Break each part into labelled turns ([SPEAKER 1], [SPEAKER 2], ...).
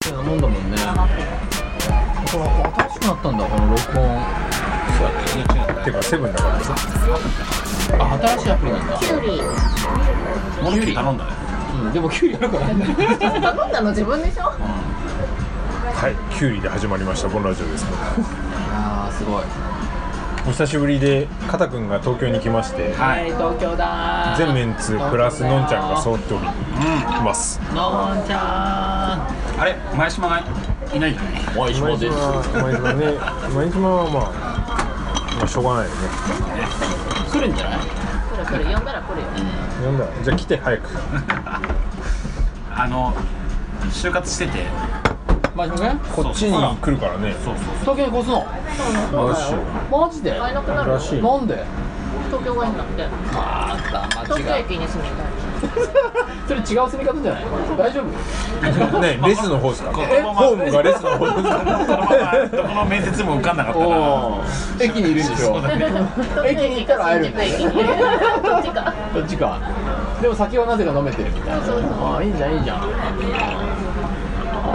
[SPEAKER 1] きなもんだもんねこれ新しくなったんだこの録音
[SPEAKER 2] てかセブンだからさ
[SPEAKER 1] あ新しいアプリなんだ
[SPEAKER 3] キュウリ
[SPEAKER 2] モルキュリ頼んだね
[SPEAKER 1] うんでもキュウリあるからね
[SPEAKER 3] 頼んだの自分でしょ
[SPEAKER 2] はいキュウリで始まりましたこのラジオですけど
[SPEAKER 1] ああすごい
[SPEAKER 2] お久しぶりでカタ君が東京に来まして
[SPEAKER 1] はい東京だー
[SPEAKER 2] 全メンツプラスのんちゃんが
[SPEAKER 1] う
[SPEAKER 2] 総距離来ます
[SPEAKER 1] のんちゃ
[SPEAKER 4] あれ前島がいないじゃない
[SPEAKER 1] ーんおいし
[SPEAKER 2] 前島前島ね前島はまあまあしょうがないよね
[SPEAKER 1] 来るんじゃない
[SPEAKER 3] 来る来る呼んだら来るよ
[SPEAKER 2] なんだじゃあ来て早く
[SPEAKER 4] あの就活してて
[SPEAKER 1] まあでもね
[SPEAKER 2] こっちに来るからね
[SPEAKER 4] そうそう
[SPEAKER 1] 東京に越すの
[SPEAKER 2] マジ
[SPEAKER 1] マジで
[SPEAKER 3] 会えなくなる
[SPEAKER 2] らしい
[SPEAKER 1] なんで
[SPEAKER 3] 東京がいいんだって
[SPEAKER 1] あー
[SPEAKER 3] 東京
[SPEAKER 1] 間違う
[SPEAKER 3] 駅に住みたい
[SPEAKER 1] それ違う住み方じゃない大丈夫
[SPEAKER 2] ねレスの方ですかホ
[SPEAKER 4] え
[SPEAKER 2] ームがレスの方です
[SPEAKER 4] そ のままどこ
[SPEAKER 2] か
[SPEAKER 4] の面接も受かんなかったから
[SPEAKER 1] お駅にいるんでしょ
[SPEAKER 3] 東京駅か新宿駅にどっちか
[SPEAKER 1] どっちかでも酒はなぜか飲めてるみたいな
[SPEAKER 3] そうそうそう
[SPEAKER 1] ああいいじゃんいいじゃんな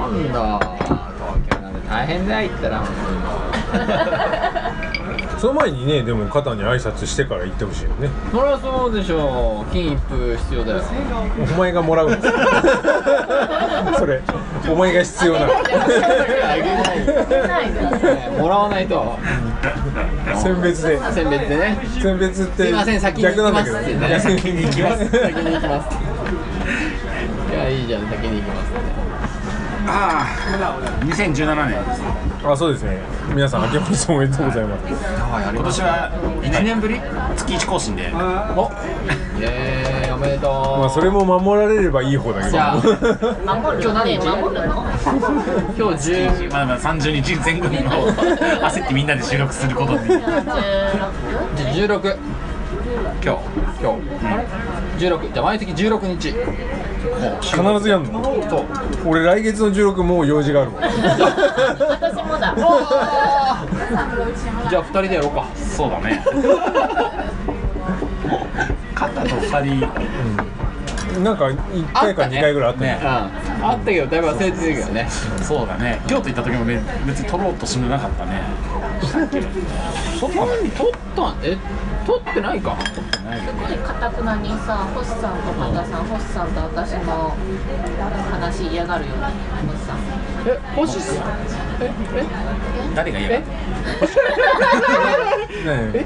[SPEAKER 1] んだ東京なんて大変だよ行ったら
[SPEAKER 2] その前にねでも肩に挨拶してから行ってほしいよね
[SPEAKER 1] そりゃそうでしょう金一封必要だよ
[SPEAKER 2] お前がもらうんですよそれお前が必要なの
[SPEAKER 1] あげないよ
[SPEAKER 3] ないよ
[SPEAKER 1] ねもらわないと
[SPEAKER 2] 選別で
[SPEAKER 1] 選別でね
[SPEAKER 2] 選別っ
[SPEAKER 1] す
[SPEAKER 2] て
[SPEAKER 1] いません先に行き
[SPEAKER 2] 逆なん
[SPEAKER 1] ま
[SPEAKER 2] だ
[SPEAKER 1] す
[SPEAKER 2] けど
[SPEAKER 1] ってね
[SPEAKER 2] 逆に行きます
[SPEAKER 1] 先に行きますいやいいじゃん先に行きますって
[SPEAKER 4] ああ2017年
[SPEAKER 2] あそうですね皆さん明けましておめでとうございます
[SPEAKER 4] 今年は1年ぶり月1更新
[SPEAKER 1] お
[SPEAKER 4] で
[SPEAKER 1] イエーイおめでとう
[SPEAKER 2] まあそれも守られればいい方だけ
[SPEAKER 1] じゃあ
[SPEAKER 2] ど
[SPEAKER 3] 守るね守るの
[SPEAKER 1] 今日10
[SPEAKER 4] まあまあ30日前 後にも焦ってみんなで収録することに
[SPEAKER 1] 16今日今日、16じゃあ毎月16日
[SPEAKER 2] 必ずやんの
[SPEAKER 1] そう
[SPEAKER 2] 俺来月の16もう用事が あるもん
[SPEAKER 3] 私もだ
[SPEAKER 1] じゃあ2人でやろうか
[SPEAKER 4] そうだね肩と2人
[SPEAKER 2] なんか1回か2回ぐらいあったね
[SPEAKER 1] うんあったけどだいぶ忘れてるけどね
[SPEAKER 4] そうだね京都行った時もね別に撮ろうとしてなかったね
[SPEAKER 1] そんなに撮ったんえ撮ってないか
[SPEAKER 4] ないよね
[SPEAKER 3] かたくなにさ星さんと神田さん星さんと私の話嫌がるように星さん
[SPEAKER 1] え星さんえ
[SPEAKER 4] 誰が
[SPEAKER 1] え
[SPEAKER 4] 嫌が
[SPEAKER 1] え
[SPEAKER 4] って
[SPEAKER 2] ねえねえね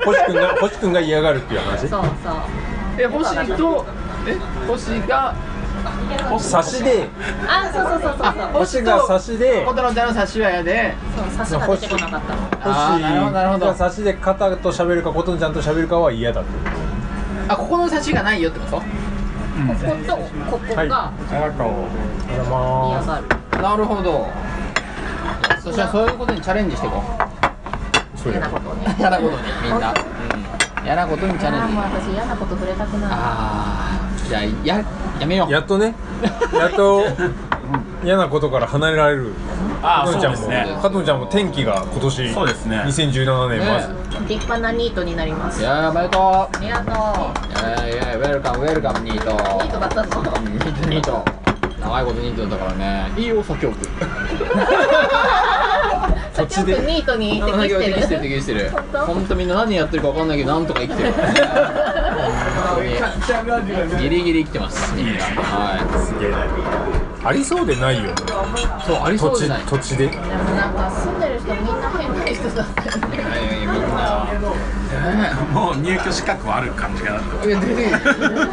[SPEAKER 2] え星君が星君が嫌がるっていう話
[SPEAKER 3] そうそう
[SPEAKER 1] え星とえ星が
[SPEAKER 2] 差しで
[SPEAKER 3] あそうそうそうそうそう
[SPEAKER 2] 星が差しで
[SPEAKER 1] 琴乃ちゃんの差し親で
[SPEAKER 3] そう差しが出てこなかったの
[SPEAKER 2] 星
[SPEAKER 1] あーなるほどなるほど
[SPEAKER 2] が差しで肩と喋るか琴乃ちゃんと喋るかは嫌だって
[SPEAKER 1] あここの差しがないよってこと
[SPEAKER 3] こことここ
[SPEAKER 2] はい
[SPEAKER 3] が
[SPEAKER 2] 綾香をあら
[SPEAKER 3] 嫌
[SPEAKER 2] ま
[SPEAKER 3] がる
[SPEAKER 1] なるほどそしたらそういうことにチャレンジしていこう
[SPEAKER 2] ーそう
[SPEAKER 3] 嫌な
[SPEAKER 2] や
[SPEAKER 3] ことね
[SPEAKER 1] 嫌なことにみんな、うん、嫌なことにチャレ
[SPEAKER 3] あ
[SPEAKER 1] ンジ
[SPEAKER 3] もう私嫌なこと触れたくな
[SPEAKER 1] ああじゃあややめよう
[SPEAKER 2] やっとねやっと嫌なことから離れられる
[SPEAKER 4] ああ
[SPEAKER 2] 加藤
[SPEAKER 4] そう
[SPEAKER 2] ちゃん
[SPEAKER 4] で
[SPEAKER 2] も
[SPEAKER 4] すね
[SPEAKER 2] 加藤ちゃんも天気が今年
[SPEAKER 4] そうですね
[SPEAKER 2] 2017年まず
[SPEAKER 1] ね
[SPEAKER 3] い立派なニートになります
[SPEAKER 1] い
[SPEAKER 3] あ
[SPEAKER 1] やーおめでと
[SPEAKER 3] りがと
[SPEAKER 1] ういやいやウェルカムウェルカムニート
[SPEAKER 3] うニートだったぞ
[SPEAKER 1] うんニートニート長いことニートだからねいいよ左京区
[SPEAKER 2] 土地で
[SPEAKER 3] 先ほどニート
[SPEAKER 1] 適
[SPEAKER 3] に適してる
[SPEAKER 1] してる適してる
[SPEAKER 3] 本当
[SPEAKER 1] 本当みんな何やってるか分かんないけどなんとか生きてるからね本当にギリギリ生きてますみんなは
[SPEAKER 2] ありそうでないよね
[SPEAKER 1] いそうあり
[SPEAKER 2] 土
[SPEAKER 1] そう
[SPEAKER 2] 地
[SPEAKER 1] じゃない
[SPEAKER 2] 土地で
[SPEAKER 3] でもなんか住んでる人みんな変な人だったよね
[SPEAKER 1] いやいやみんなね
[SPEAKER 4] もう入居資格はある感 じかな
[SPEAKER 1] えいや出てくる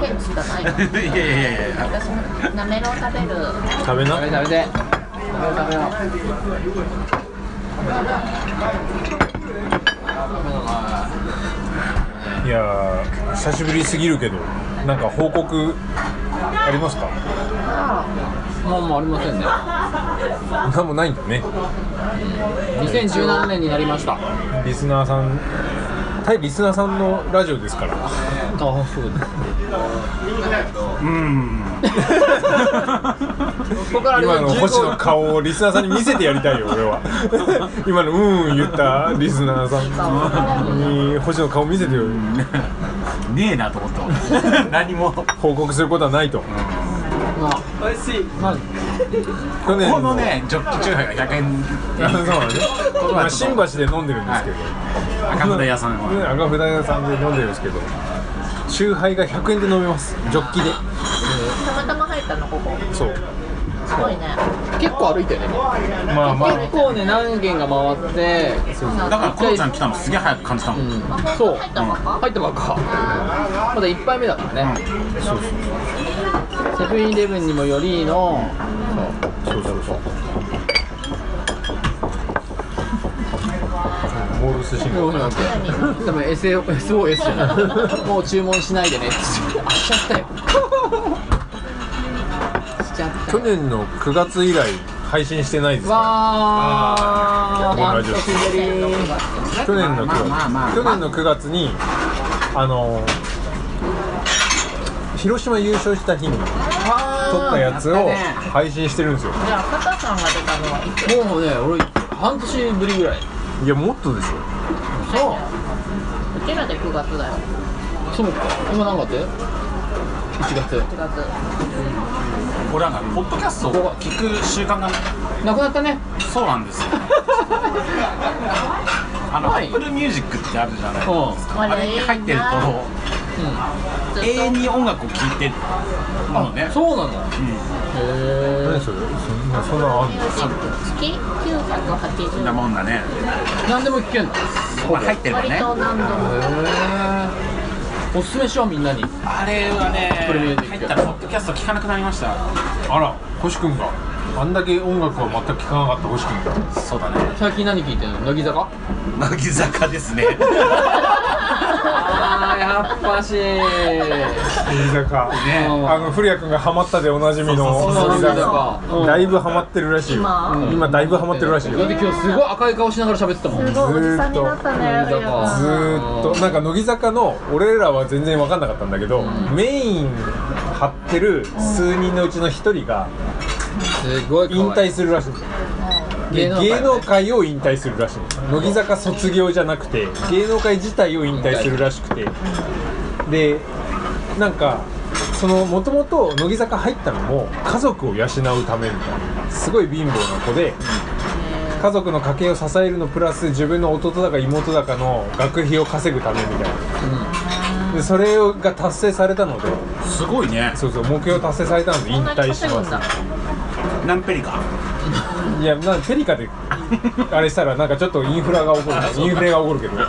[SPEAKER 3] 変しかない
[SPEAKER 4] いやいやいや
[SPEAKER 3] 私もなめろう食べる
[SPEAKER 2] 食べな
[SPEAKER 1] 食べて食べて食べよう食べよう
[SPEAKER 2] いやー久しぶりすぎるけどなんか報告ありますか
[SPEAKER 1] もうもうありませんね
[SPEAKER 2] 何もないんだね
[SPEAKER 1] 2017年になりましたあ
[SPEAKER 2] リスナーさん対リスナーさんのラジオですから
[SPEAKER 1] そう
[SPEAKER 4] うん
[SPEAKER 1] ここからあれ
[SPEAKER 2] 今
[SPEAKER 1] は
[SPEAKER 2] の星の顔をリスナーさんに見せてやりたいよ俺は今の「うん」言ったリスナーさんに星の顔見せてよ
[SPEAKER 4] ねえなと思った何も
[SPEAKER 2] 報告することはないと
[SPEAKER 1] まあ
[SPEAKER 5] 美味しい
[SPEAKER 2] 去年
[SPEAKER 4] このねジョッキチューハイが100円
[SPEAKER 2] あ そうなんですね今新橋で飲んでるんですけど、
[SPEAKER 4] 赤札屋さん
[SPEAKER 2] ね
[SPEAKER 4] は
[SPEAKER 2] 赤札屋さんで飲んでるんですけどチューハイが100円で飲めますジョッキで
[SPEAKER 3] たまたま入ったのここ
[SPEAKER 2] そう
[SPEAKER 3] すごいね
[SPEAKER 1] 結構歩いたよね
[SPEAKER 2] まあまあ
[SPEAKER 1] 結構ね何軒が回って
[SPEAKER 3] そうなん
[SPEAKER 4] だから
[SPEAKER 3] だ
[SPEAKER 4] コロちゃん来たのすげえ早く感じたも
[SPEAKER 1] うん
[SPEAKER 4] ん、
[SPEAKER 1] そう
[SPEAKER 3] 入ったのか
[SPEAKER 1] 入ったばっかまだ1杯目だからね
[SPEAKER 2] そうそう
[SPEAKER 1] セブンイレブンにもよりの
[SPEAKER 2] そうそうそうモールス信
[SPEAKER 1] そう
[SPEAKER 2] 号
[SPEAKER 1] なんでも SO SOS じゃないもう注文しないでねってあしちゃったよしちゃった
[SPEAKER 2] 去年の9月以来配信してないですか
[SPEAKER 1] わー
[SPEAKER 2] もうラジオ
[SPEAKER 1] 久しぶり
[SPEAKER 2] ら去年の9月、
[SPEAKER 4] まあまあまあ
[SPEAKER 2] 去年の9月にあの広島優勝した日に撮ったやつを配信してるんですよ
[SPEAKER 3] じゃあ加藤さんが出たのはいつ
[SPEAKER 1] もうね俺半年ぶりぐらい
[SPEAKER 2] いやもっとですよ
[SPEAKER 1] そう
[SPEAKER 3] うちらで9月だよ
[SPEAKER 1] そうか今何月 ?1 月
[SPEAKER 3] 9月
[SPEAKER 4] 俺なんかポッドキャストを聞く習慣が
[SPEAKER 1] なくなったね
[SPEAKER 4] そうなんですよあの、
[SPEAKER 1] はい
[SPEAKER 4] Apple Music ってあるじゃないですか、
[SPEAKER 3] うん
[SPEAKER 4] あれに入ってる
[SPEAKER 3] ず
[SPEAKER 4] と
[SPEAKER 3] っと
[SPEAKER 4] 永遠に音楽を聴いてるものね
[SPEAKER 1] そうなの
[SPEAKER 2] 何
[SPEAKER 1] へ
[SPEAKER 2] それそんなそんなのあん
[SPEAKER 3] ミュ
[SPEAKER 2] の
[SPEAKER 3] ージック月
[SPEAKER 4] そんな
[SPEAKER 3] 980
[SPEAKER 4] もんだね、
[SPEAKER 1] え何でも聞けんのへ
[SPEAKER 4] まあ、入ってるの
[SPEAKER 3] 割
[SPEAKER 4] ね
[SPEAKER 3] と何度も
[SPEAKER 1] えおすすめしようみんなに
[SPEAKER 4] あれは
[SPEAKER 1] これ見え
[SPEAKER 4] ね
[SPEAKER 1] てきた
[SPEAKER 4] 入ったらポッドキャスト聞かなくなりました
[SPEAKER 2] あら星君があんだけ音楽を全く聴かなかった星君が
[SPEAKER 4] そうだね
[SPEAKER 1] 最近何聞いてんの乃木坂
[SPEAKER 4] 乃木坂ですね
[SPEAKER 1] あーやっぱし
[SPEAKER 2] 乃木坂
[SPEAKER 4] ね
[SPEAKER 1] うん
[SPEAKER 2] あの古谷君がハマったでおなじみの
[SPEAKER 4] そうそ
[SPEAKER 1] そう
[SPEAKER 4] う
[SPEAKER 2] 乃木坂
[SPEAKER 1] そううん
[SPEAKER 2] だいぶハマってるらしいよ
[SPEAKER 3] 今
[SPEAKER 2] うん今だいぶハマってるらしいよ
[SPEAKER 1] だっ
[SPEAKER 2] ず
[SPEAKER 1] て今日すごい赤い顔しながら喋ってたもん
[SPEAKER 3] すごいおじさんになったね
[SPEAKER 1] ずっと
[SPEAKER 3] ゆうや
[SPEAKER 1] ず
[SPEAKER 2] ーっとなんか乃木坂の俺らは全然分かんなかったんだけどメイン張ってる数人のうちの一人が
[SPEAKER 1] すごい可愛い
[SPEAKER 2] 引退するらしいで芸能界を引退するらしい乃木坂卒業じゃなくて芸能界自体を引退するらしくてでなんかそのもともと乃木坂入ったのも家族を養うためみたいなすごい貧乏な子で家族の家計を支えるのプラス自分の弟だか妹だかの学費を稼ぐためみたいなでそれが達成されたのです
[SPEAKER 4] ごいね
[SPEAKER 2] そうそう目標達成されたので
[SPEAKER 3] こ
[SPEAKER 2] 引
[SPEAKER 3] んなに
[SPEAKER 2] 退し
[SPEAKER 3] 稼ぐ
[SPEAKER 2] ま
[SPEAKER 3] ん
[SPEAKER 2] す
[SPEAKER 3] だ
[SPEAKER 4] 何ペリか
[SPEAKER 2] いやなんペリカであれしたらなんかちょっとインフラが起こるインフレが起こるけ ど
[SPEAKER 1] も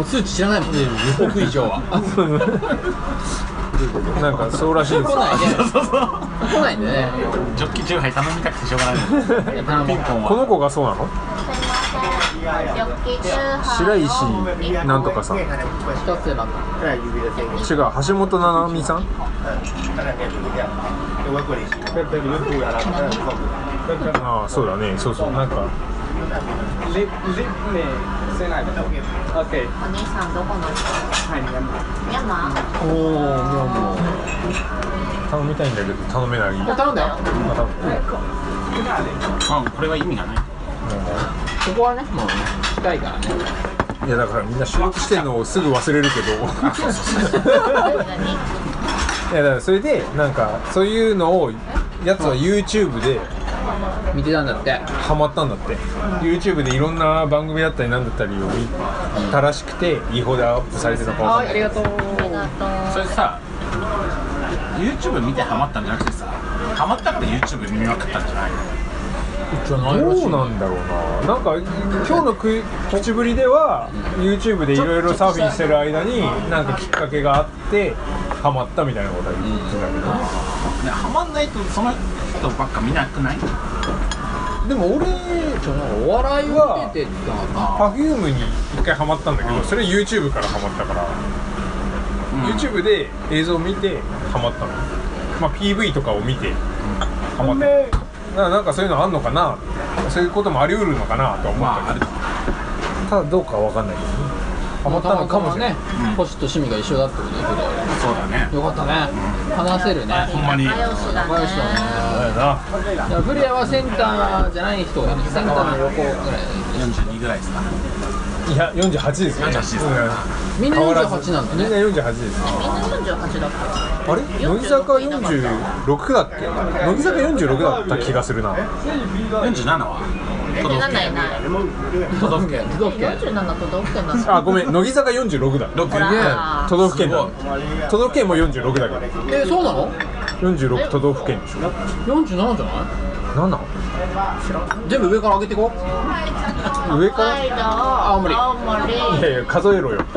[SPEAKER 1] う数値知らないもんね億以上は
[SPEAKER 2] なんかそうらしいです
[SPEAKER 1] 来ないね
[SPEAKER 4] そうそうそう
[SPEAKER 1] 来ないんでね
[SPEAKER 4] ジョッキチューハイ頼みたくてしょうがない
[SPEAKER 1] やっぱ
[SPEAKER 4] ピンポン
[SPEAKER 2] こ
[SPEAKER 4] は
[SPEAKER 2] の子がそうなの白
[SPEAKER 3] 白
[SPEAKER 2] 石なんとかさん違う
[SPEAKER 1] 一つなんか
[SPEAKER 2] 橋本七海さんああそうだねそうそうなんか
[SPEAKER 5] lip lip này xe này ok
[SPEAKER 3] お兄さんどこの人
[SPEAKER 5] hành em
[SPEAKER 3] 山
[SPEAKER 1] おおみょも
[SPEAKER 2] 頼みたいんだけど頼めないま
[SPEAKER 1] 頼んだよ
[SPEAKER 2] た
[SPEAKER 4] うんこれは意味がない
[SPEAKER 1] ここはねもうね聞きたいからね
[SPEAKER 2] いやだからみんな収録してるのをすぐ忘れるけど
[SPEAKER 3] 何
[SPEAKER 2] いやだからそれでなんかそういうのをやつは YouTube で
[SPEAKER 1] 見てたんだって
[SPEAKER 2] ハマったんだって YouTube でいろんな番組だったりなんだったりを見たらしくて違法でアップされてたかわかんない
[SPEAKER 1] とう
[SPEAKER 3] ありがと
[SPEAKER 4] それ
[SPEAKER 3] う
[SPEAKER 4] さ YouTube 見てハマったんじゃなくてさハマったから YouTube 見まくったんじゃないの
[SPEAKER 1] じゃないらしい
[SPEAKER 2] どうなんだろうななんか今日のく口ぶりでは YouTube でいろいろサーフィンしてる間になんかきっかけがあってハマったみたいなことは言ってたけど
[SPEAKER 4] ねハマんないとその人ばっか見なくない
[SPEAKER 2] でも俺
[SPEAKER 1] ちょなんかお笑いは出てたかな
[SPEAKER 2] Perfume に一回ハマったんだけどそれ YouTube からハマったから、YouTube で映像を見てハマったの、まあ、PV とかを見てハマったななんかそういうのあんのかなそういうこともあり得るのかなとは思
[SPEAKER 4] まあ
[SPEAKER 2] っ
[SPEAKER 4] あれ
[SPEAKER 2] たけど、ただどうかは分かんないけどねハマったのかもしれない
[SPEAKER 1] たまたまね星と趣味が一緒だってことで
[SPEAKER 4] そうだね
[SPEAKER 1] よかったね話せるね
[SPEAKER 4] ほんまに
[SPEAKER 3] 仲良しだ
[SPEAKER 1] 仲良しだ
[SPEAKER 3] ね
[SPEAKER 1] ね
[SPEAKER 2] だ
[SPEAKER 1] だから
[SPEAKER 2] よな
[SPEAKER 1] 古谷はセンターじゃない人だねセンターの横ぐらいだね
[SPEAKER 4] 42ぐらいですか
[SPEAKER 2] いや48ですよね
[SPEAKER 4] 48です
[SPEAKER 1] みんな48なんだ
[SPEAKER 2] みんな
[SPEAKER 1] ね
[SPEAKER 2] 48です
[SPEAKER 3] みんな48だっ
[SPEAKER 2] あれ乃木坂46だっけ乃木坂46だった気がするな
[SPEAKER 4] 47は
[SPEAKER 3] た47いない
[SPEAKER 1] 都道府県都道府県
[SPEAKER 3] 47都道府県なんだ
[SPEAKER 2] あごめん乃木坂46だ
[SPEAKER 4] 6
[SPEAKER 3] ほら
[SPEAKER 2] 都道府県だ
[SPEAKER 4] す
[SPEAKER 2] 都道府県も46だけど
[SPEAKER 1] えそうなの
[SPEAKER 2] 46都道府県でしょ
[SPEAKER 1] 47じゃな
[SPEAKER 2] 7
[SPEAKER 1] い全部上から上げていこ
[SPEAKER 2] 上
[SPEAKER 3] 北
[SPEAKER 2] から
[SPEAKER 3] 海道
[SPEAKER 1] 青森
[SPEAKER 3] 青森
[SPEAKER 2] いやいや数えろよ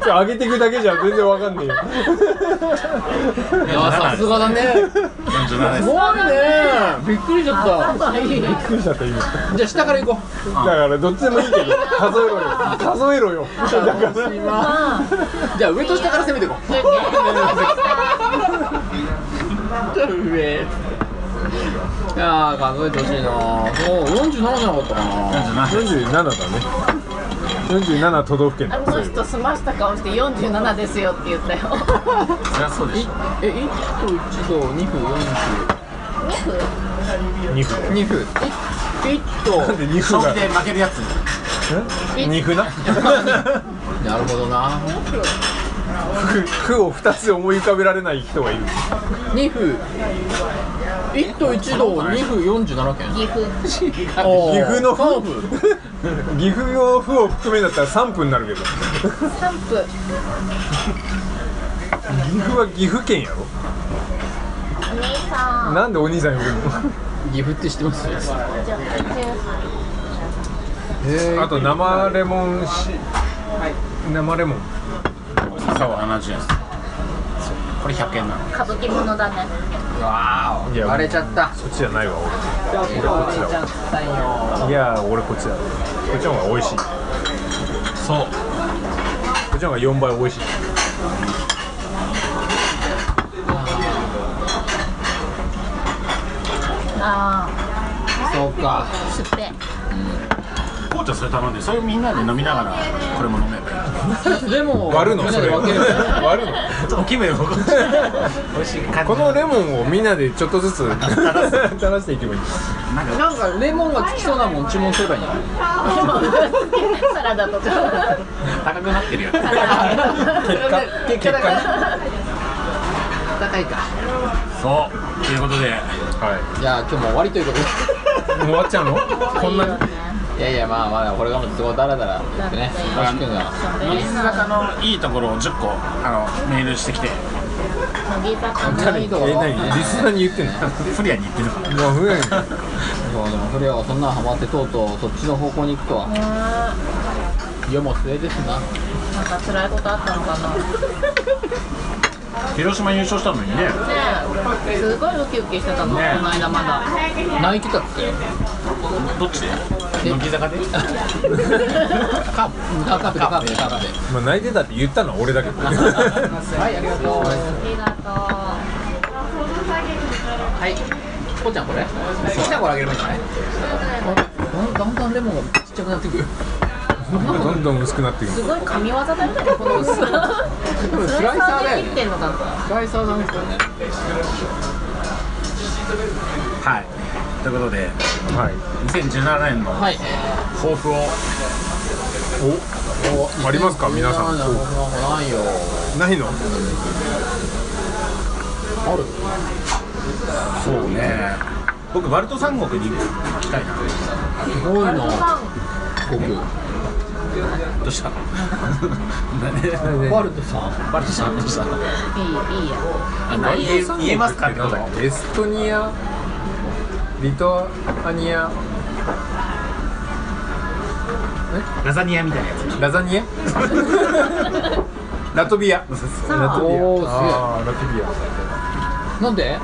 [SPEAKER 2] ちょ上げていくだけじゃ全然わかんねえよ
[SPEAKER 1] ういやさすがだね
[SPEAKER 4] 47です
[SPEAKER 1] すごいねびっくりしちゃった
[SPEAKER 2] びっくりしちゃった今
[SPEAKER 1] じゃあ下から行こ
[SPEAKER 2] だからどっちでもいいけど数えろよ数えろよ
[SPEAKER 1] う
[SPEAKER 2] だから
[SPEAKER 1] じゃあ上と下から攻めていこう上ああ数えてほしいなもう47じゃなかったかな
[SPEAKER 4] 47
[SPEAKER 2] 47だね47都道府県
[SPEAKER 3] あ
[SPEAKER 2] だ
[SPEAKER 3] の人澄ました顔して47ですよって言ったよ
[SPEAKER 4] そりゃそうでしょ
[SPEAKER 1] え1と1と2分
[SPEAKER 2] 二歩
[SPEAKER 1] 42分1
[SPEAKER 2] な
[SPEAKER 1] と
[SPEAKER 2] んで二
[SPEAKER 4] 将
[SPEAKER 2] 歩が
[SPEAKER 4] 棋で負けるやつ
[SPEAKER 2] 二歩な
[SPEAKER 1] なるほどな
[SPEAKER 2] ふふを二つ思い浮かべられない人がいる
[SPEAKER 1] 2分1と1と2分47件
[SPEAKER 3] 岐阜
[SPEAKER 1] 岐
[SPEAKER 2] 岐阜の
[SPEAKER 1] 3分
[SPEAKER 2] 岐阜の歩を含めだったら三分になるけど
[SPEAKER 3] 三分
[SPEAKER 2] 岐阜は岐阜県やろ
[SPEAKER 3] お兄さん
[SPEAKER 2] なんでお兄さん呼ぶ
[SPEAKER 1] 岐阜って知ってます
[SPEAKER 3] じゃあ19
[SPEAKER 2] のあと生レモンし生レモン
[SPEAKER 4] 差は70円ですこれ100円なの
[SPEAKER 3] 歌舞伎ものだね
[SPEAKER 1] わ
[SPEAKER 2] いや
[SPEAKER 1] ーバレちゃった
[SPEAKER 2] そっちじゃないわ俺こっちだわいや俺こっちだわこっちの方が美味しいこ
[SPEAKER 4] そう
[SPEAKER 2] っちの方が4倍美味しい
[SPEAKER 3] あ
[SPEAKER 1] そうか
[SPEAKER 3] あすっぺ
[SPEAKER 4] 紅茶それ頼んでそれみんなで飲みながらこれも飲めばいい
[SPEAKER 1] でも
[SPEAKER 2] 割る
[SPEAKER 1] み
[SPEAKER 2] の
[SPEAKER 1] んな
[SPEAKER 2] そ
[SPEAKER 1] で
[SPEAKER 2] れ
[SPEAKER 1] 分ける
[SPEAKER 2] 割るの
[SPEAKER 4] ちょっと気分よく美味しい 感じ
[SPEAKER 2] このレモンをみんなでちょっとずつ 垂らしていけばいい
[SPEAKER 1] なんかレモンがつきそうなもん注文すればいいんじゃない
[SPEAKER 3] サラダとか
[SPEAKER 4] 高くなってる よ
[SPEAKER 2] 結果結果
[SPEAKER 1] 高いか
[SPEAKER 4] そうということで
[SPEAKER 2] は
[SPEAKER 1] じゃあ今日も終わりということで
[SPEAKER 2] いもう終わっちゃうのこんなに
[SPEAKER 1] いやいやまあまあこれがもうすごいダラダラ言ってね星君が
[SPEAKER 4] 乃木坂のいいところを10個あのメールしてきて
[SPEAKER 3] 乃木坂の
[SPEAKER 1] 誰に
[SPEAKER 2] 誰に
[SPEAKER 1] え
[SPEAKER 2] え
[SPEAKER 1] 何
[SPEAKER 2] 何
[SPEAKER 1] リ
[SPEAKER 2] リ
[SPEAKER 1] ス
[SPEAKER 2] ス
[SPEAKER 1] ナ
[SPEAKER 2] ナーに言ってんの
[SPEAKER 4] フリアに行ってるから
[SPEAKER 2] もう不便
[SPEAKER 1] そうでもフレアがそんなのハマってとうとうそっちの方向に行くとは
[SPEAKER 3] ねな
[SPEAKER 1] 世も末ですなん
[SPEAKER 3] か辛いことあったのかな
[SPEAKER 4] 広島優勝したのにね
[SPEAKER 3] ねえすごいウキウキしてたの、
[SPEAKER 4] ねえ
[SPEAKER 3] この間まだ
[SPEAKER 1] 泣いてた って
[SPEAKER 4] どっちで乃木坂で
[SPEAKER 1] カーブカーブカーブカーブ
[SPEAKER 2] まあ泣いてたって言ったのは俺だ けど
[SPEAKER 1] はいありがとう
[SPEAKER 3] ありが
[SPEAKER 1] はいこうちゃんこれ好きなこれあげればいいんじゃないだんだんレモンがちっちゃくなってくる
[SPEAKER 2] どんどん薄くなってく
[SPEAKER 3] とう
[SPEAKER 2] る
[SPEAKER 3] すごい神業だったねこの薄さ
[SPEAKER 1] でもスライサーだよ
[SPEAKER 3] 切っ
[SPEAKER 1] ね
[SPEAKER 3] てんのかな
[SPEAKER 1] スライサーなんですよね
[SPEAKER 4] はいということで
[SPEAKER 2] はい
[SPEAKER 4] 2017年の
[SPEAKER 1] はい
[SPEAKER 4] 抱負を
[SPEAKER 2] おありますか皆さん
[SPEAKER 1] なないよ
[SPEAKER 2] ないの
[SPEAKER 1] ある
[SPEAKER 4] そうね僕バルト三国に行きたいな
[SPEAKER 1] すごいな
[SPEAKER 4] どうした 何
[SPEAKER 1] 僕バルトさん
[SPEAKER 4] バルトさんどうした
[SPEAKER 3] いいいいや
[SPEAKER 4] あ言え言えますかってこと
[SPEAKER 2] なんだっけエストニアリトアニア
[SPEAKER 4] ラザニアみたいなやつ
[SPEAKER 2] ラザニア ラトビアラトビ
[SPEAKER 1] お
[SPEAKER 2] ア
[SPEAKER 1] ーすげえ
[SPEAKER 2] あーラトビア
[SPEAKER 1] なんで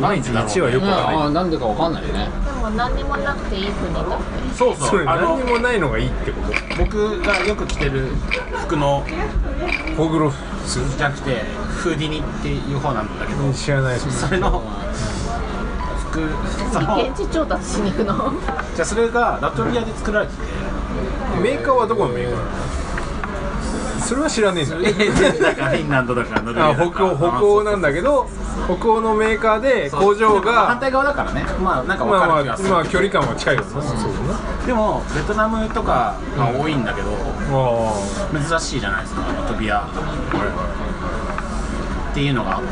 [SPEAKER 4] ないんだろう
[SPEAKER 2] 一はよくわかんない
[SPEAKER 1] あーなんでかわかんないよね
[SPEAKER 3] でも何にもなくていい国だって
[SPEAKER 4] そう
[SPEAKER 2] そ
[SPEAKER 4] そう
[SPEAKER 2] れ
[SPEAKER 4] あ
[SPEAKER 2] 何
[SPEAKER 4] の
[SPEAKER 2] にもないのがいいってこと
[SPEAKER 4] 僕がよく着てる服の
[SPEAKER 2] ホグロフ
[SPEAKER 4] じゃなくてフーディニっていう方なんだけど
[SPEAKER 2] 知らないです
[SPEAKER 4] それの服その
[SPEAKER 3] 現地調達しに行くの
[SPEAKER 4] じゃあそれがラトビアで作られてて
[SPEAKER 2] メーカーはどこのメーカーなのそれは知らねえんだ
[SPEAKER 4] スウェーデンだかフィンランドだかノルウェーだ
[SPEAKER 2] あ
[SPEAKER 4] か
[SPEAKER 2] 北欧北欧なんだけど北欧のメーカーで工場
[SPEAKER 4] 反
[SPEAKER 2] が
[SPEAKER 4] 対側だからねまあなんか分
[SPEAKER 2] ま
[SPEAKER 4] か
[SPEAKER 2] あまあ
[SPEAKER 4] る気がする、
[SPEAKER 2] まあ距離感は近いよね
[SPEAKER 4] でもベトナムとかが多いんだけど、
[SPEAKER 2] あ
[SPEAKER 4] 珍しいじゃないですかトビアっていうのがあって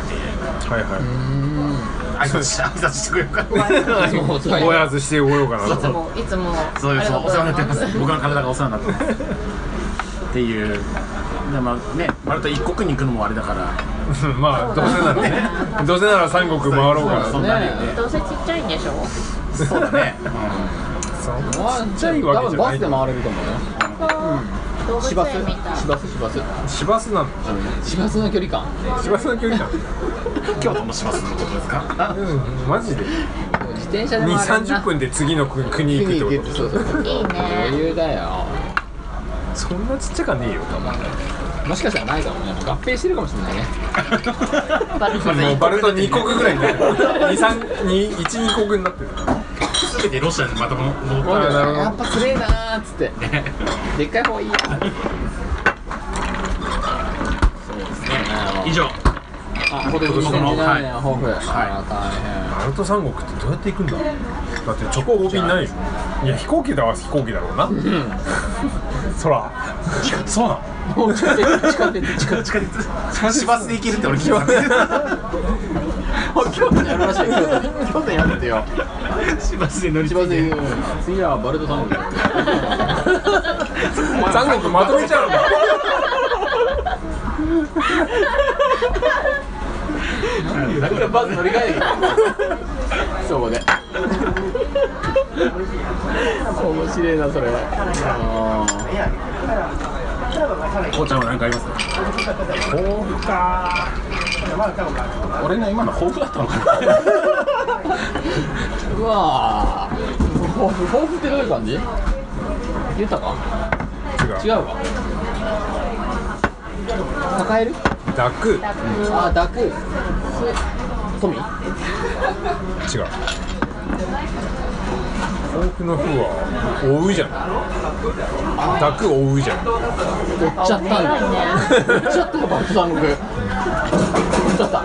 [SPEAKER 2] あはいは
[SPEAKER 4] 挨拶し挨拶してくれるか
[SPEAKER 1] もう
[SPEAKER 2] いおやずしておようかな
[SPEAKER 3] つ
[SPEAKER 2] と
[SPEAKER 3] もいつも
[SPEAKER 4] そういう
[SPEAKER 3] あり
[SPEAKER 4] そ
[SPEAKER 3] が
[SPEAKER 4] う
[SPEAKER 3] と
[SPEAKER 4] お世話になって
[SPEAKER 3] ご
[SPEAKER 4] ま
[SPEAKER 3] ざい
[SPEAKER 4] す僕の体がお世話になってますっていうでまあね割と一国に行くのもあれだから
[SPEAKER 2] うん まあどうせなら ねどうせなら三国回ろうかな
[SPEAKER 4] そ
[SPEAKER 2] と
[SPEAKER 4] んなにね
[SPEAKER 3] どうせちっちゃいんでしょ
[SPEAKER 4] そうだね、
[SPEAKER 2] ちっちゃいわけじ
[SPEAKER 1] 多分
[SPEAKER 2] ゃない
[SPEAKER 1] バスで回れると思うよ
[SPEAKER 3] 動
[SPEAKER 1] 市
[SPEAKER 3] 物
[SPEAKER 1] バス
[SPEAKER 3] 園みたい
[SPEAKER 1] 市バス市バス
[SPEAKER 2] 市バスなの
[SPEAKER 1] 市バスの距離感
[SPEAKER 2] 市バスの距離なの
[SPEAKER 4] うん、京都の市バスのことですか
[SPEAKER 2] うんマジで
[SPEAKER 1] 自転車で
[SPEAKER 2] 2
[SPEAKER 1] 回
[SPEAKER 2] 三
[SPEAKER 1] る
[SPEAKER 2] 3 0分で次の国国
[SPEAKER 1] 見
[SPEAKER 2] 行
[SPEAKER 1] に行
[SPEAKER 2] く
[SPEAKER 1] け
[SPEAKER 2] っ
[SPEAKER 1] ってて
[SPEAKER 2] こ
[SPEAKER 1] そうそうそう
[SPEAKER 3] いいね
[SPEAKER 1] 余裕だよ
[SPEAKER 2] とそんなちっちゃかねえよ
[SPEAKER 1] もしかしたらないかもね合併してるかもしれないね
[SPEAKER 3] バル
[SPEAKER 2] も
[SPEAKER 3] ト
[SPEAKER 2] う
[SPEAKER 3] ネ
[SPEAKER 2] バルト2国ぐらいになってる12国になってる
[SPEAKER 4] 全てロシアにまた戻っ
[SPEAKER 2] あなるほど
[SPEAKER 1] やっぱすげえなーっつってでっかい方がいいや
[SPEAKER 4] 以上
[SPEAKER 1] あ、今年
[SPEAKER 4] 僕の
[SPEAKER 1] 2017年
[SPEAKER 4] は
[SPEAKER 1] 豊富あら
[SPEAKER 2] バルト三国ってどうやって行くんだだって直行便ないでしょいや飛行機だわ飛行機だろうな 空
[SPEAKER 4] そ うなの
[SPEAKER 1] 大変地下鉄地下鉄
[SPEAKER 4] 地下鉄市バスで行けるって俺聞 いた
[SPEAKER 1] あ京都にあるらしい京 都に京都にあるってよ
[SPEAKER 4] 市バスで乗り
[SPEAKER 1] 千
[SPEAKER 4] 継
[SPEAKER 1] 葉
[SPEAKER 4] いで
[SPEAKER 1] で次はバルト三国
[SPEAKER 2] 三国まとめちゃうんだ
[SPEAKER 1] だからバス乗り換えるそこで 面白いなそれは
[SPEAKER 4] こうちゃんは何かありますか
[SPEAKER 2] 抱負か
[SPEAKER 4] 俺の今の抱負だったのかな
[SPEAKER 1] うわあ豊富豊富ってどういう感じ豊か違う
[SPEAKER 2] 違う
[SPEAKER 1] か抱える
[SPEAKER 2] 楽違う
[SPEAKER 1] ああ抱く富
[SPEAKER 2] 抱負の負は追うじゃない抱く追うじゃない
[SPEAKER 1] 追っちゃったんだ追っちゃったよバルト三国追っちゃった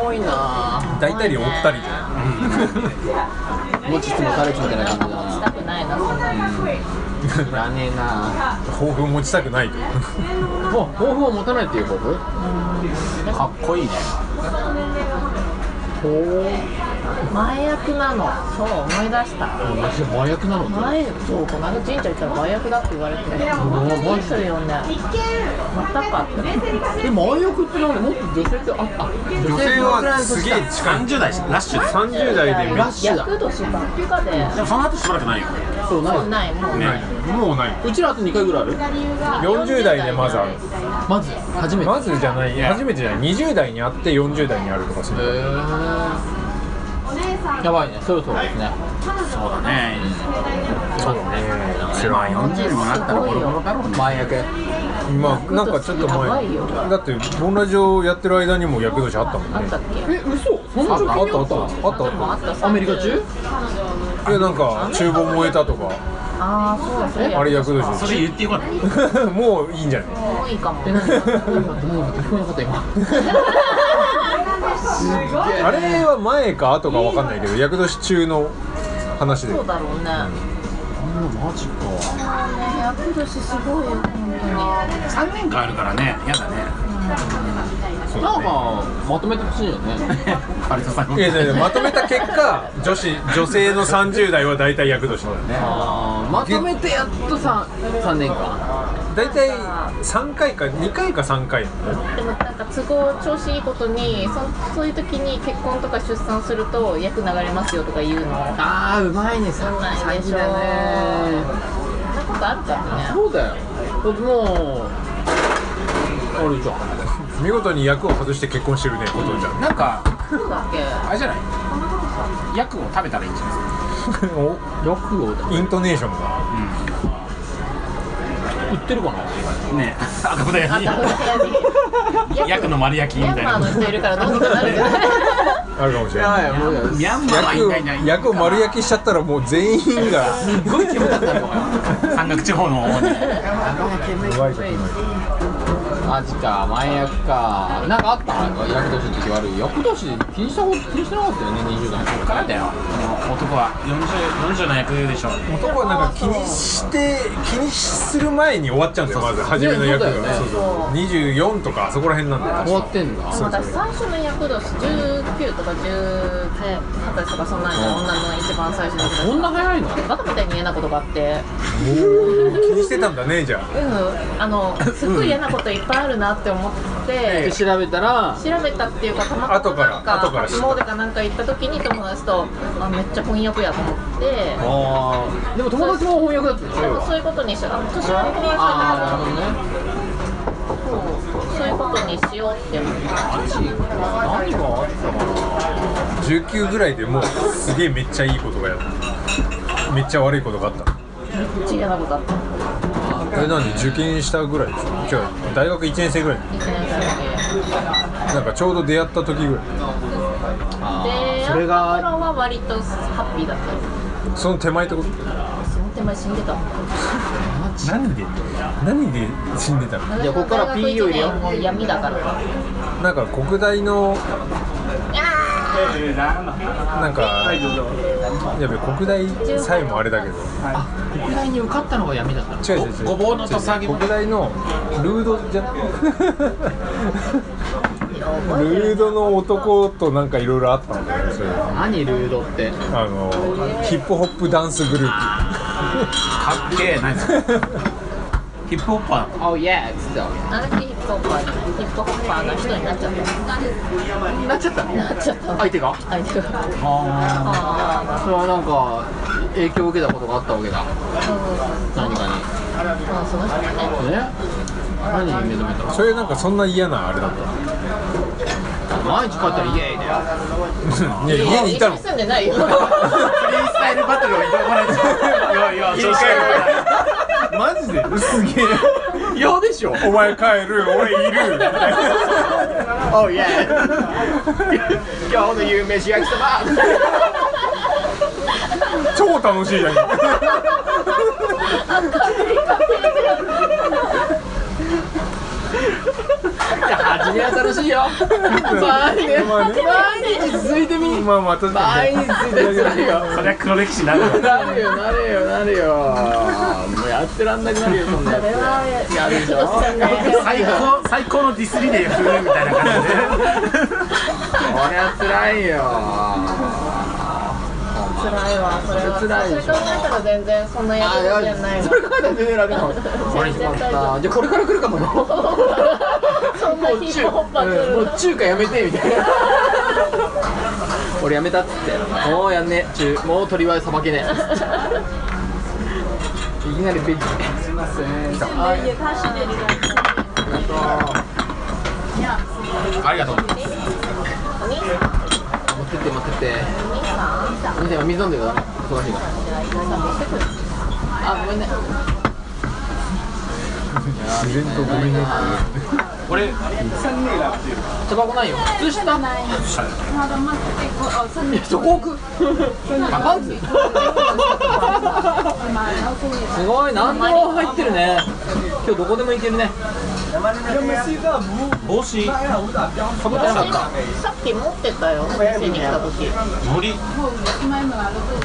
[SPEAKER 1] 重いなあ
[SPEAKER 2] 抱いたり追ったりじゃ
[SPEAKER 1] 持ちつ持たれつみたいな感じだ
[SPEAKER 3] し
[SPEAKER 1] な
[SPEAKER 3] たくないなそんない
[SPEAKER 1] らねえなあ
[SPEAKER 2] ない抱負持ちたくないと
[SPEAKER 1] 抱負を持たないっていう抱負
[SPEAKER 4] かっこいいね
[SPEAKER 3] 前役なのそう思い出した
[SPEAKER 1] マジで麻薬なのって
[SPEAKER 3] 前そうこの間神社行ったら前役だって言われてどうするよね全くあった
[SPEAKER 1] え麻薬って何もっと女性ってああ
[SPEAKER 2] 女性はすげえ近い
[SPEAKER 4] 30代しラッシュです
[SPEAKER 2] 30代でめっ
[SPEAKER 1] ラッシュだ
[SPEAKER 3] 役年ばっかで
[SPEAKER 4] でもその後しばらくないよ
[SPEAKER 1] そうない
[SPEAKER 3] そうないもうない、
[SPEAKER 4] ね
[SPEAKER 2] もうないう
[SPEAKER 1] ちらあと2回ぐらいある
[SPEAKER 2] 40代でまずある
[SPEAKER 1] まず初めて
[SPEAKER 2] まずじゃない初めてじゃない20代にあって40代にあるとかそ
[SPEAKER 1] へ
[SPEAKER 2] う
[SPEAKER 1] えやばいねそろそろですね
[SPEAKER 4] そうだね
[SPEAKER 2] そうだね
[SPEAKER 4] まあ40にもなったらボロボロだろうね
[SPEAKER 1] 麻薬
[SPEAKER 2] まあなんかちょっと
[SPEAKER 3] やば
[SPEAKER 2] 前
[SPEAKER 3] いよ
[SPEAKER 2] だってボンラジオやってる間にも役年あったもん
[SPEAKER 3] あっ
[SPEAKER 2] ね
[SPEAKER 3] たっけ
[SPEAKER 1] え嘘そん
[SPEAKER 2] あ
[SPEAKER 1] な
[SPEAKER 2] っ
[SPEAKER 1] 状
[SPEAKER 2] た
[SPEAKER 1] 況
[SPEAKER 2] あったあったあった
[SPEAKER 3] もう
[SPEAKER 2] あ
[SPEAKER 3] あ
[SPEAKER 2] っ
[SPEAKER 3] った
[SPEAKER 1] アメリカ 中
[SPEAKER 2] たえなんか厨房燃えたとか
[SPEAKER 3] ああそうそう
[SPEAKER 2] あれ役年
[SPEAKER 4] それ言ってよかった
[SPEAKER 2] で もういいんじゃない
[SPEAKER 3] もういいかも
[SPEAKER 1] え何もう聞こえなかった今すげえ
[SPEAKER 2] あれは前か後かわかんないけど役年中の話で
[SPEAKER 3] そうだろうね
[SPEAKER 1] マジか
[SPEAKER 3] 役年すごいよ本
[SPEAKER 4] 3年間あるからねやだねそう
[SPEAKER 1] な
[SPEAKER 4] だ
[SPEAKER 1] ん
[SPEAKER 4] ね
[SPEAKER 1] かまとめてほしいよね
[SPEAKER 4] ありがとうございます
[SPEAKER 2] いやいやいやまとめた結果女子女性の30代は大体役年だよ ね
[SPEAKER 1] あーまとめてやっと 3, 三年間
[SPEAKER 2] 大体3回か2回か3回
[SPEAKER 3] 当にでもなんか都合調子いいことにそそういう時に結婚とか出産すると役流れますよとか言うのが
[SPEAKER 1] ああうまいね
[SPEAKER 3] う
[SPEAKER 1] 3
[SPEAKER 3] まいでしょ
[SPEAKER 1] 歳児だね
[SPEAKER 3] そんなことあるからね
[SPEAKER 1] そうだよだってもうあるじゃん
[SPEAKER 2] 見事に役を外して結婚してるねほとんちゃん
[SPEAKER 4] なんか
[SPEAKER 3] そうだっけ
[SPEAKER 4] あれじゃない薬を食べたらいいんじゃないですか
[SPEAKER 2] お
[SPEAKER 1] 薬を
[SPEAKER 2] イントネーションが
[SPEAKER 1] 売ってるかな
[SPEAKER 4] ねえ赤子だよ 薬の丸焼きみ
[SPEAKER 3] ミャ
[SPEAKER 4] た
[SPEAKER 3] ン
[SPEAKER 4] い
[SPEAKER 3] マー
[SPEAKER 4] な
[SPEAKER 3] の人いるからどうにかなるじゃない
[SPEAKER 2] あるかもしれない
[SPEAKER 1] いもう
[SPEAKER 4] ミャンマーはいないいない
[SPEAKER 2] 役を役を丸焼きしちゃったらもう全員が
[SPEAKER 1] すごい気持ちだったよ
[SPEAKER 4] 山岳地方の方に
[SPEAKER 2] 弱いことになる
[SPEAKER 1] マジか前役かなんかあった役年の時悪い役年気にしたこと気にしてなかったよね20代の
[SPEAKER 4] こっからだよこの男は40 40の役でしょ
[SPEAKER 2] 男はなんか気にして気にする前に終わっちゃうんですよまず初めの役が、
[SPEAKER 1] ねそうだよね
[SPEAKER 2] そうそう24とかあそこら辺なんだよ
[SPEAKER 1] 終わってんだ
[SPEAKER 3] でも私最初の役年19とか10歳とかそんなんや女の一番最初の役
[SPEAKER 1] こんな早いの
[SPEAKER 3] バカみたいに嫌なことがあって
[SPEAKER 2] おー気にしてたんだねじゃあ
[SPEAKER 3] うんあのすっごい嫌なこといっぱいあるなって思って
[SPEAKER 1] で調べたら
[SPEAKER 3] 調べたっていうかたまた
[SPEAKER 2] 後
[SPEAKER 3] ま
[SPEAKER 2] から
[SPEAKER 3] なんか
[SPEAKER 2] 後から知っ
[SPEAKER 3] 初
[SPEAKER 2] た
[SPEAKER 3] 詣かなんか行った時に友達とあめっちゃ翻訳やと思って
[SPEAKER 1] あーでも友達も翻訳だったでし
[SPEAKER 3] でも
[SPEAKER 1] ょ
[SPEAKER 3] そういうことにしようあ年上の翻訳
[SPEAKER 1] あ
[SPEAKER 3] だ
[SPEAKER 1] あなるほ
[SPEAKER 3] った
[SPEAKER 1] どね
[SPEAKER 3] そうそういうことにしようって思って
[SPEAKER 1] マジ何があったかな
[SPEAKER 2] 19ぐらいでもうすげえめっちゃいいことがやっためっちゃ悪いことがあった
[SPEAKER 3] めっちゃ嫌なことあった
[SPEAKER 2] あれなんで受験したぐらいでしょじゃあ大学1年生ぐらい
[SPEAKER 3] 1年生だけ。
[SPEAKER 2] なんかちょうど出会った時ぐらい
[SPEAKER 1] あ
[SPEAKER 3] で、
[SPEAKER 1] ーそれ
[SPEAKER 3] あの
[SPEAKER 1] が
[SPEAKER 3] 頃は割とハッピーだったよ。
[SPEAKER 2] その手前ってこと
[SPEAKER 3] その手前死んでた。
[SPEAKER 2] 何で何で死んでたの
[SPEAKER 1] じゃあここから P 入れよ
[SPEAKER 3] もう闇だから。
[SPEAKER 2] なんか国大のなんかやべ国大さえもあれだけど
[SPEAKER 1] 国内に受かったのが闇だったの
[SPEAKER 2] 違う違う違う
[SPEAKER 4] ごごぼうのとさぎ
[SPEAKER 2] 国大のルード じゃルードの男となんかいろいろあったんだよねそれ
[SPEAKER 1] 何ルードって
[SPEAKER 2] あのヒップホップダンスグルー
[SPEAKER 4] かっけえ何それ ヒップホッパ
[SPEAKER 1] 「Oh yeah」っつってた
[SPEAKER 3] あの時ヒップホッパーに、ヒップホッパーの人になっちゃった。
[SPEAKER 1] なっちゃった
[SPEAKER 3] なっちゃった。
[SPEAKER 1] 相手が
[SPEAKER 3] 相手が。
[SPEAKER 4] ーあ
[SPEAKER 3] あ
[SPEAKER 1] それはなんか影響を受けたことがあったわけだ
[SPEAKER 3] あ、そうそうそう。
[SPEAKER 1] 何かに
[SPEAKER 3] まあ、その人ね。
[SPEAKER 1] ね何に目覚めた
[SPEAKER 2] プ
[SPEAKER 1] の
[SPEAKER 2] それなんかそんな嫌なあれだった
[SPEAKER 1] 毎日帰ったらイエーイだよ
[SPEAKER 2] いや家にいたの
[SPEAKER 3] 一緒住んでないよ。
[SPEAKER 4] フリースタイルバトルがいたないやいや
[SPEAKER 2] 入れ替マジですげ
[SPEAKER 1] 嫌でしょ
[SPEAKER 2] えお前帰る俺いる みたいな
[SPEAKER 1] Oh yeah 今日の夕飯焼きそば
[SPEAKER 2] 超楽しいじゃん
[SPEAKER 1] 初めは楽しいよ毎日
[SPEAKER 2] まあね
[SPEAKER 1] 毎日続いてみ
[SPEAKER 2] まあまあ確か
[SPEAKER 1] 毎
[SPEAKER 2] に
[SPEAKER 1] 日
[SPEAKER 2] ね
[SPEAKER 1] 続いて辛いよ
[SPEAKER 4] そりゃ黒歴史になるわ
[SPEAKER 1] なるよなるよなるよもうやってらんなくなるよそんなやつ
[SPEAKER 3] それは
[SPEAKER 1] やるでしょ
[SPEAKER 3] 一緒住んでないよ
[SPEAKER 4] 最高最高のディスりで振るみたいな感じ
[SPEAKER 1] これは辛いよ
[SPEAKER 3] 辛いわ、それは。
[SPEAKER 1] それ辛いでしょ
[SPEAKER 3] それ考えたら全然そんなや
[SPEAKER 1] あ
[SPEAKER 3] り方じゃ
[SPEAKER 1] い
[SPEAKER 3] ない
[SPEAKER 1] や
[SPEAKER 3] わ
[SPEAKER 1] そ。れ考えたら全然楽なの
[SPEAKER 3] 全然大丈
[SPEAKER 1] じゃあこれから来るかもよ
[SPEAKER 3] 夫。そんなヒップホッパー来
[SPEAKER 1] も
[SPEAKER 3] る
[SPEAKER 1] う中華やめてみた いな俺やめたっつってもうやんね中もう鳥はさばけねえっつっていきなりベジすいません来たありがとう
[SPEAKER 4] ありがとう
[SPEAKER 3] お兄さん、
[SPEAKER 1] 持ってって持ってって
[SPEAKER 3] お兄さん、
[SPEAKER 1] 見て今水飲んでください忙しいから
[SPEAKER 3] あ、ごめんね。
[SPEAKER 2] 自然とごめんね
[SPEAKER 4] 俺
[SPEAKER 1] タバコないよ靴下いやそこ置くパンツすごい何でも入ってるね今日どこでも行けるね
[SPEAKER 4] 帽子
[SPEAKER 1] かぶってなかった
[SPEAKER 3] さっき持ってたよ、店に来た時。
[SPEAKER 4] 森
[SPEAKER 2] こ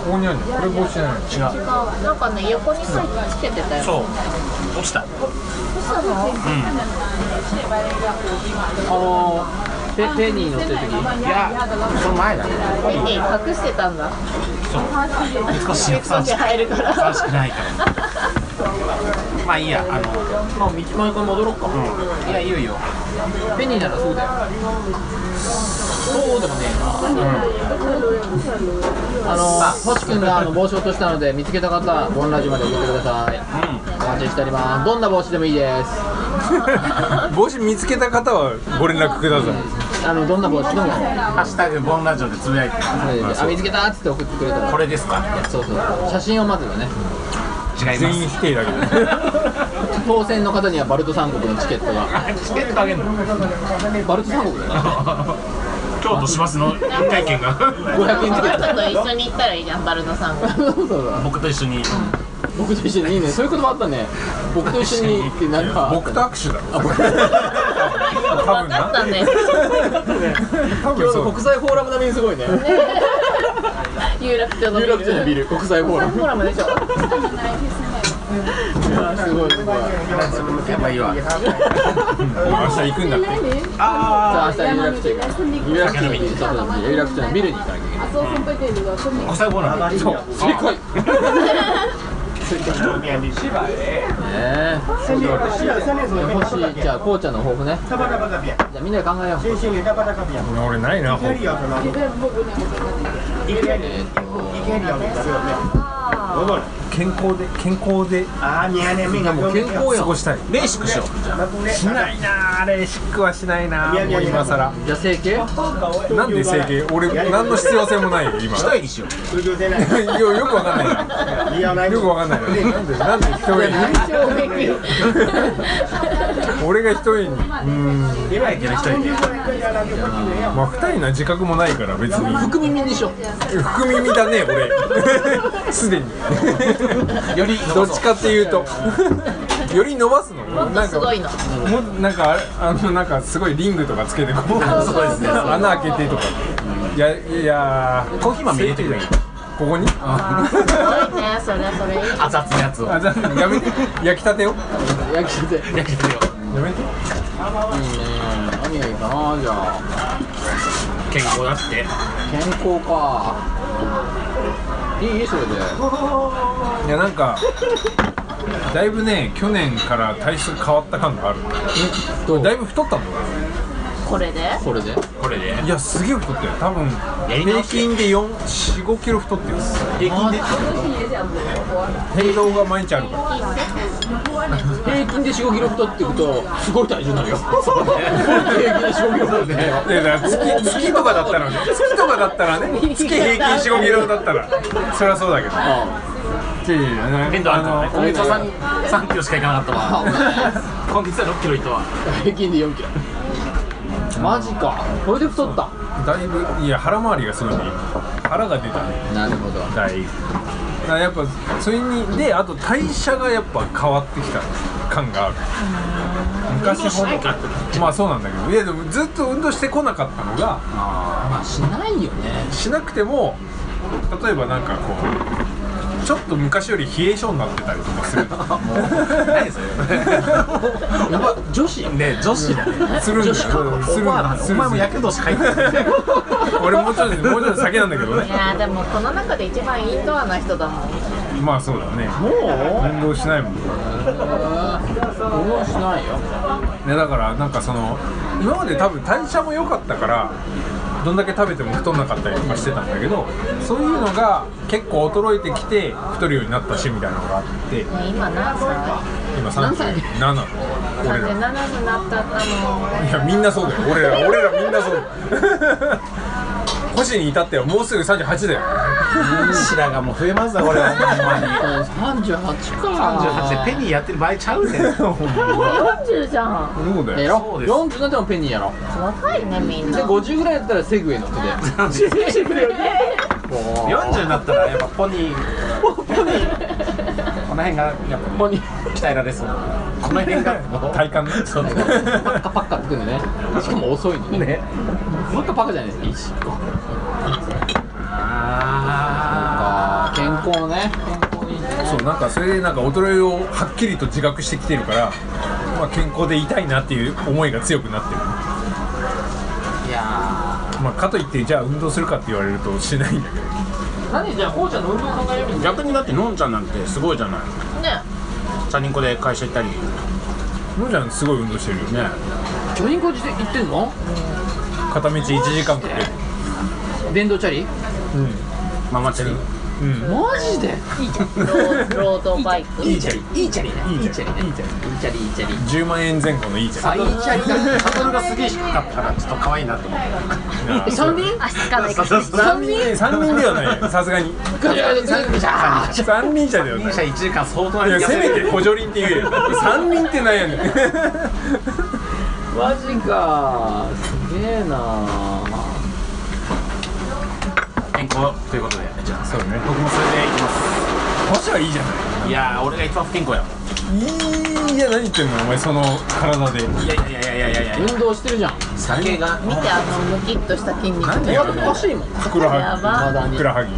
[SPEAKER 2] こにあるのこれ帽子じゃないの
[SPEAKER 4] 違う
[SPEAKER 3] なんかね、横につけてたよ。
[SPEAKER 4] そう落ちた
[SPEAKER 1] あのーペペニー乗ってる時いやその前だね
[SPEAKER 3] 手に隠してたんだ。
[SPEAKER 4] 少し
[SPEAKER 3] 少
[SPEAKER 4] 寂
[SPEAKER 3] し
[SPEAKER 4] し
[SPEAKER 3] 入るから。
[SPEAKER 4] 寂しくないからまあいいやあ
[SPEAKER 1] まあ
[SPEAKER 4] の
[SPEAKER 1] 道前から戻ろうか、
[SPEAKER 4] いやいいよいいよ
[SPEAKER 1] ペニーならそうだよそうでもねえな、あのー星君があの帽子落としたので見つけた方ボンラジオまで送ってくださいお待ちしておりますどんな帽子でもいいです
[SPEAKER 2] 帽子見つけた方はご連絡ください
[SPEAKER 1] あのどんな帽子でも
[SPEAKER 4] ハッシュタグボンラジオでつぶやいて
[SPEAKER 1] あ見つけたっつって送ってくれたら
[SPEAKER 4] これですか
[SPEAKER 1] そうそう写真をまずはね
[SPEAKER 4] 違いま
[SPEAKER 2] 全員
[SPEAKER 4] す
[SPEAKER 2] 否定だけど
[SPEAKER 1] 当選の方にはバルト三国のチケットが
[SPEAKER 4] チケットあげんの
[SPEAKER 1] バルト三国だな
[SPEAKER 4] 京都市バスの1回券が
[SPEAKER 1] 500円チケット
[SPEAKER 3] ちょっと一緒に行ったらいいじゃん、バルトさんが。
[SPEAKER 1] そうそうそう
[SPEAKER 4] 僕と一緒に
[SPEAKER 1] 僕と一緒にいいねそういう言葉あったね僕と一緒にってなんか
[SPEAKER 2] 僕と握手だろ
[SPEAKER 1] あ僕
[SPEAKER 2] 多分
[SPEAKER 3] 分か
[SPEAKER 2] な
[SPEAKER 3] ったね
[SPEAKER 2] 多
[SPEAKER 1] 今
[SPEAKER 2] 分
[SPEAKER 1] 日
[SPEAKER 2] そ
[SPEAKER 1] の
[SPEAKER 2] う
[SPEAKER 1] 国際フォーラム並みにすごいね
[SPEAKER 3] 有楽町の
[SPEAKER 1] 有楽町のビ
[SPEAKER 3] ル
[SPEAKER 1] ル国際フォーラム
[SPEAKER 3] フォーラムでしょ
[SPEAKER 1] いやすごいすごい
[SPEAKER 4] やばいわ
[SPEAKER 2] 明日行くんだって
[SPEAKER 1] さあ明日有楽町行く有楽町のビルにそうそうそう有楽町のビルに行かなきゃいけない
[SPEAKER 4] 国際ボーナス
[SPEAKER 1] 正解ねえ欲しいじゃあこうちゃんの抱負ねじゃあみんなで考えよう
[SPEAKER 2] 俺ないなほんと
[SPEAKER 1] えーっと
[SPEAKER 2] 健康で健康で
[SPEAKER 1] 健康
[SPEAKER 2] 過
[SPEAKER 1] やん
[SPEAKER 2] ごしたいレーシックしようしないなあレーシックはしないなあ
[SPEAKER 5] いやい
[SPEAKER 2] も
[SPEAKER 5] や
[SPEAKER 2] う
[SPEAKER 5] いや
[SPEAKER 2] 今更
[SPEAKER 1] じゃあ整形
[SPEAKER 2] なんで整形俺何の必要性もないよ今
[SPEAKER 4] 一重にしよう
[SPEAKER 2] いやよくわかんないよくわかんないなんでなんで一重に俺が一重に
[SPEAKER 4] いける一重で
[SPEAKER 2] まあ二人の自覚もないから別に
[SPEAKER 1] 福耳にしよ
[SPEAKER 2] 福耳だね俺 すでによりどっちかっていうとより伸ばすの
[SPEAKER 3] もっと
[SPEAKER 2] なん
[SPEAKER 3] すご
[SPEAKER 2] か
[SPEAKER 3] いの
[SPEAKER 2] もなんかあれあのなんかすごいリングとかつけてこう
[SPEAKER 4] そうですね
[SPEAKER 2] 穴開けてとかいやいや
[SPEAKER 4] コーヒー豆入れてくれいい
[SPEAKER 2] ここにあ
[SPEAKER 3] すごいねそれそれ
[SPEAKER 4] 熱々のやつを
[SPEAKER 2] じゃあやめて焼きたてをや
[SPEAKER 1] う焼きしてて
[SPEAKER 4] 焼けてるよ
[SPEAKER 2] め
[SPEAKER 1] い
[SPEAKER 2] て
[SPEAKER 1] いね何がいいかなじゃあ
[SPEAKER 4] 健康だって
[SPEAKER 1] 健康かいいそれで
[SPEAKER 2] いやなんかだいぶね去年から体質変わった感がある
[SPEAKER 1] どう
[SPEAKER 2] だいぶ太ったもん
[SPEAKER 3] これで
[SPEAKER 1] これで
[SPEAKER 4] これで
[SPEAKER 2] いやすげえ太ってる多分
[SPEAKER 4] り直
[SPEAKER 2] 平
[SPEAKER 4] して
[SPEAKER 2] 均で45キロ太ってる
[SPEAKER 4] 平均で
[SPEAKER 2] 平動が毎日あるから
[SPEAKER 1] 平均で4、5キロ太っていくとすごい体重になるよそうね平均で4、5キロ太ってね
[SPEAKER 2] いやだから月月とかだったらね月とかだったらね月平均45キロだったらそりゃそうだけどいやいやいや
[SPEAKER 4] 限度あるからね
[SPEAKER 2] あ
[SPEAKER 4] 今月は3キロしかいかなかったわ今月は6キロいったわ
[SPEAKER 1] 平均で4キロマジかこれで太った
[SPEAKER 2] のだいぶいや腹回りがすごいね腹が出たね
[SPEAKER 1] なるほど
[SPEAKER 2] だいぶだからやっぱそれにであと代謝がやっぱ変わってきた感がある昔ほ
[SPEAKER 4] ないかって
[SPEAKER 2] どまあそうなんだけどいやでもずっと運動してこなかったのが
[SPEAKER 1] まあしないよね
[SPEAKER 2] しなくても例えばなんかこうちょっと昔より冷え性になってたりとか する
[SPEAKER 4] 何それ
[SPEAKER 1] やば女子
[SPEAKER 4] ね女子だね
[SPEAKER 2] するんだよするんだ
[SPEAKER 4] お前
[SPEAKER 2] よ
[SPEAKER 4] はお前もやけどしかいってない
[SPEAKER 2] 俺もうちょっともうちょっと先なんだけど
[SPEAKER 3] い
[SPEAKER 2] ね
[SPEAKER 3] やーでもこの中で一番インドアな人だもん
[SPEAKER 2] まあそうだねもう運動しないもんね
[SPEAKER 1] 僕はしないよ
[SPEAKER 2] だからなんかその今まで多分代謝も良かったからどんだけ食べても太んなかったりとかしてたんだけどそういうのが結構衰えてきて太るようになったしみたいなのがあって
[SPEAKER 3] ね今何歳
[SPEAKER 2] 今
[SPEAKER 1] 何歳
[SPEAKER 2] 37俺ら
[SPEAKER 3] ?37 になったあのー
[SPEAKER 2] いやみんなそうだよ俺 ら俺らみんなそうだよ星に至ってはもうすぐ38だよ
[SPEAKER 4] 白髪も増えますわこれは
[SPEAKER 1] 38か
[SPEAKER 4] 38でペニーやってる場合ちゃうね
[SPEAKER 3] 40じゃん
[SPEAKER 2] そうだ
[SPEAKER 1] や
[SPEAKER 2] よ
[SPEAKER 1] ろ40になってもペニーやろ
[SPEAKER 3] 若いねみんな
[SPEAKER 1] で50ぐらいだったらセグウェイ乗ってて
[SPEAKER 4] 40になったらやっぱポニーこの辺がやっぱ
[SPEAKER 1] ここに
[SPEAKER 4] 鍛えられそうこの辺がもう
[SPEAKER 2] 体感ね
[SPEAKER 4] そう
[SPEAKER 1] パッカパッカってくるのねしかも遅いのね
[SPEAKER 4] ね
[SPEAKER 1] もう一回パッカじゃないですか
[SPEAKER 4] あ
[SPEAKER 1] あー健康ね
[SPEAKER 2] そうなんかそれでなんか衰えをはっきりと自覚してきてるから、まあ、健康でいたいなっていう思いが強くなってる、
[SPEAKER 1] いや
[SPEAKER 2] まあ、かといってじゃあ運動するかって言われるとしないんだけど
[SPEAKER 1] ー何じゃあこうちゃんの運動考えよう
[SPEAKER 4] ー逆にだってのんちゃんなんてすごいじゃない
[SPEAKER 3] ね
[SPEAKER 4] チャリンコで会社行ったりね
[SPEAKER 2] のんちゃんすごい運動してるよね
[SPEAKER 1] ジョリンコ自転行ってんの
[SPEAKER 2] 片道1時間かけて
[SPEAKER 1] 電動チャリ
[SPEAKER 4] ママチャリ
[SPEAKER 2] うん
[SPEAKER 1] マジで
[SPEAKER 3] いいじゃんローロードバイク
[SPEAKER 1] いいチャリいいチャリねいいチャリねいいチャリいいチャリ
[SPEAKER 2] 10万円前後のいいじゃん
[SPEAKER 1] あいいチャリだ
[SPEAKER 4] サドルがすげえ低かったからちょっと可愛いなと思って
[SPEAKER 2] なあ
[SPEAKER 1] 3人
[SPEAKER 3] 足つかないから
[SPEAKER 2] 三人え三人ではないよさすがに三輪車ではない
[SPEAKER 4] 電車1時間相当
[SPEAKER 2] いやせめて補助輪って言えよ三輪ってなんやねん
[SPEAKER 1] マジかすげえな
[SPEAKER 4] 健康ということでじゃあ
[SPEAKER 2] そうね
[SPEAKER 4] 僕もそれでいきます
[SPEAKER 2] 星はいいじゃない
[SPEAKER 4] いやー俺が一番不健康や
[SPEAKER 2] いいや何言ってんのお前その体で
[SPEAKER 4] いやいやいやいやいやいやいや
[SPEAKER 1] 運動してるじゃん
[SPEAKER 4] 酒が
[SPEAKER 3] 見てあのムキッとした筋肉
[SPEAKER 4] なんで
[SPEAKER 1] おかしいもん
[SPEAKER 2] ふくら
[SPEAKER 3] や
[SPEAKER 2] は
[SPEAKER 3] ば
[SPEAKER 1] 体
[SPEAKER 2] ぎ
[SPEAKER 1] に
[SPEAKER 2] ふくらはぎ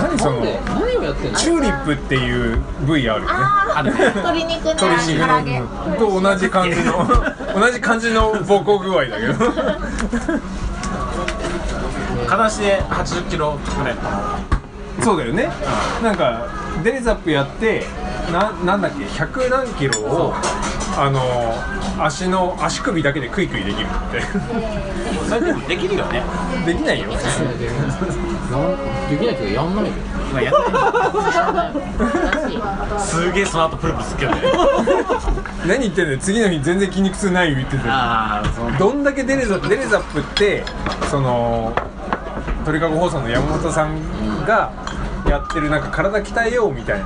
[SPEAKER 2] 何そ
[SPEAKER 1] なん
[SPEAKER 2] の
[SPEAKER 1] で何をやってんの
[SPEAKER 2] チューリップっていう部位あるよね
[SPEAKER 4] ある
[SPEAKER 6] 鶏肉の唐
[SPEAKER 2] 鶏肉
[SPEAKER 6] 揚げ
[SPEAKER 2] のと同じ感じの同じ感じの膀胱具合だけど
[SPEAKER 4] 片足で80キロぐらいか
[SPEAKER 2] そうだよねなんかデレザップやってななんだっけ100何キロをあの足の足首だけでクイクイできるっ
[SPEAKER 4] なそれでもできるよね
[SPEAKER 2] て できないよ普
[SPEAKER 1] できないできないけどやんないよ
[SPEAKER 4] 今やって ない
[SPEAKER 3] らしい
[SPEAKER 4] すげえその後プルプルすっけどね
[SPEAKER 2] 通何言ってんだよ次の日全然筋肉痛ないよ言ってた
[SPEAKER 4] ああその
[SPEAKER 2] どんだけデレザデレザップってその鳥かご放送の山本さんがやってるなんか体鍛えようみたいな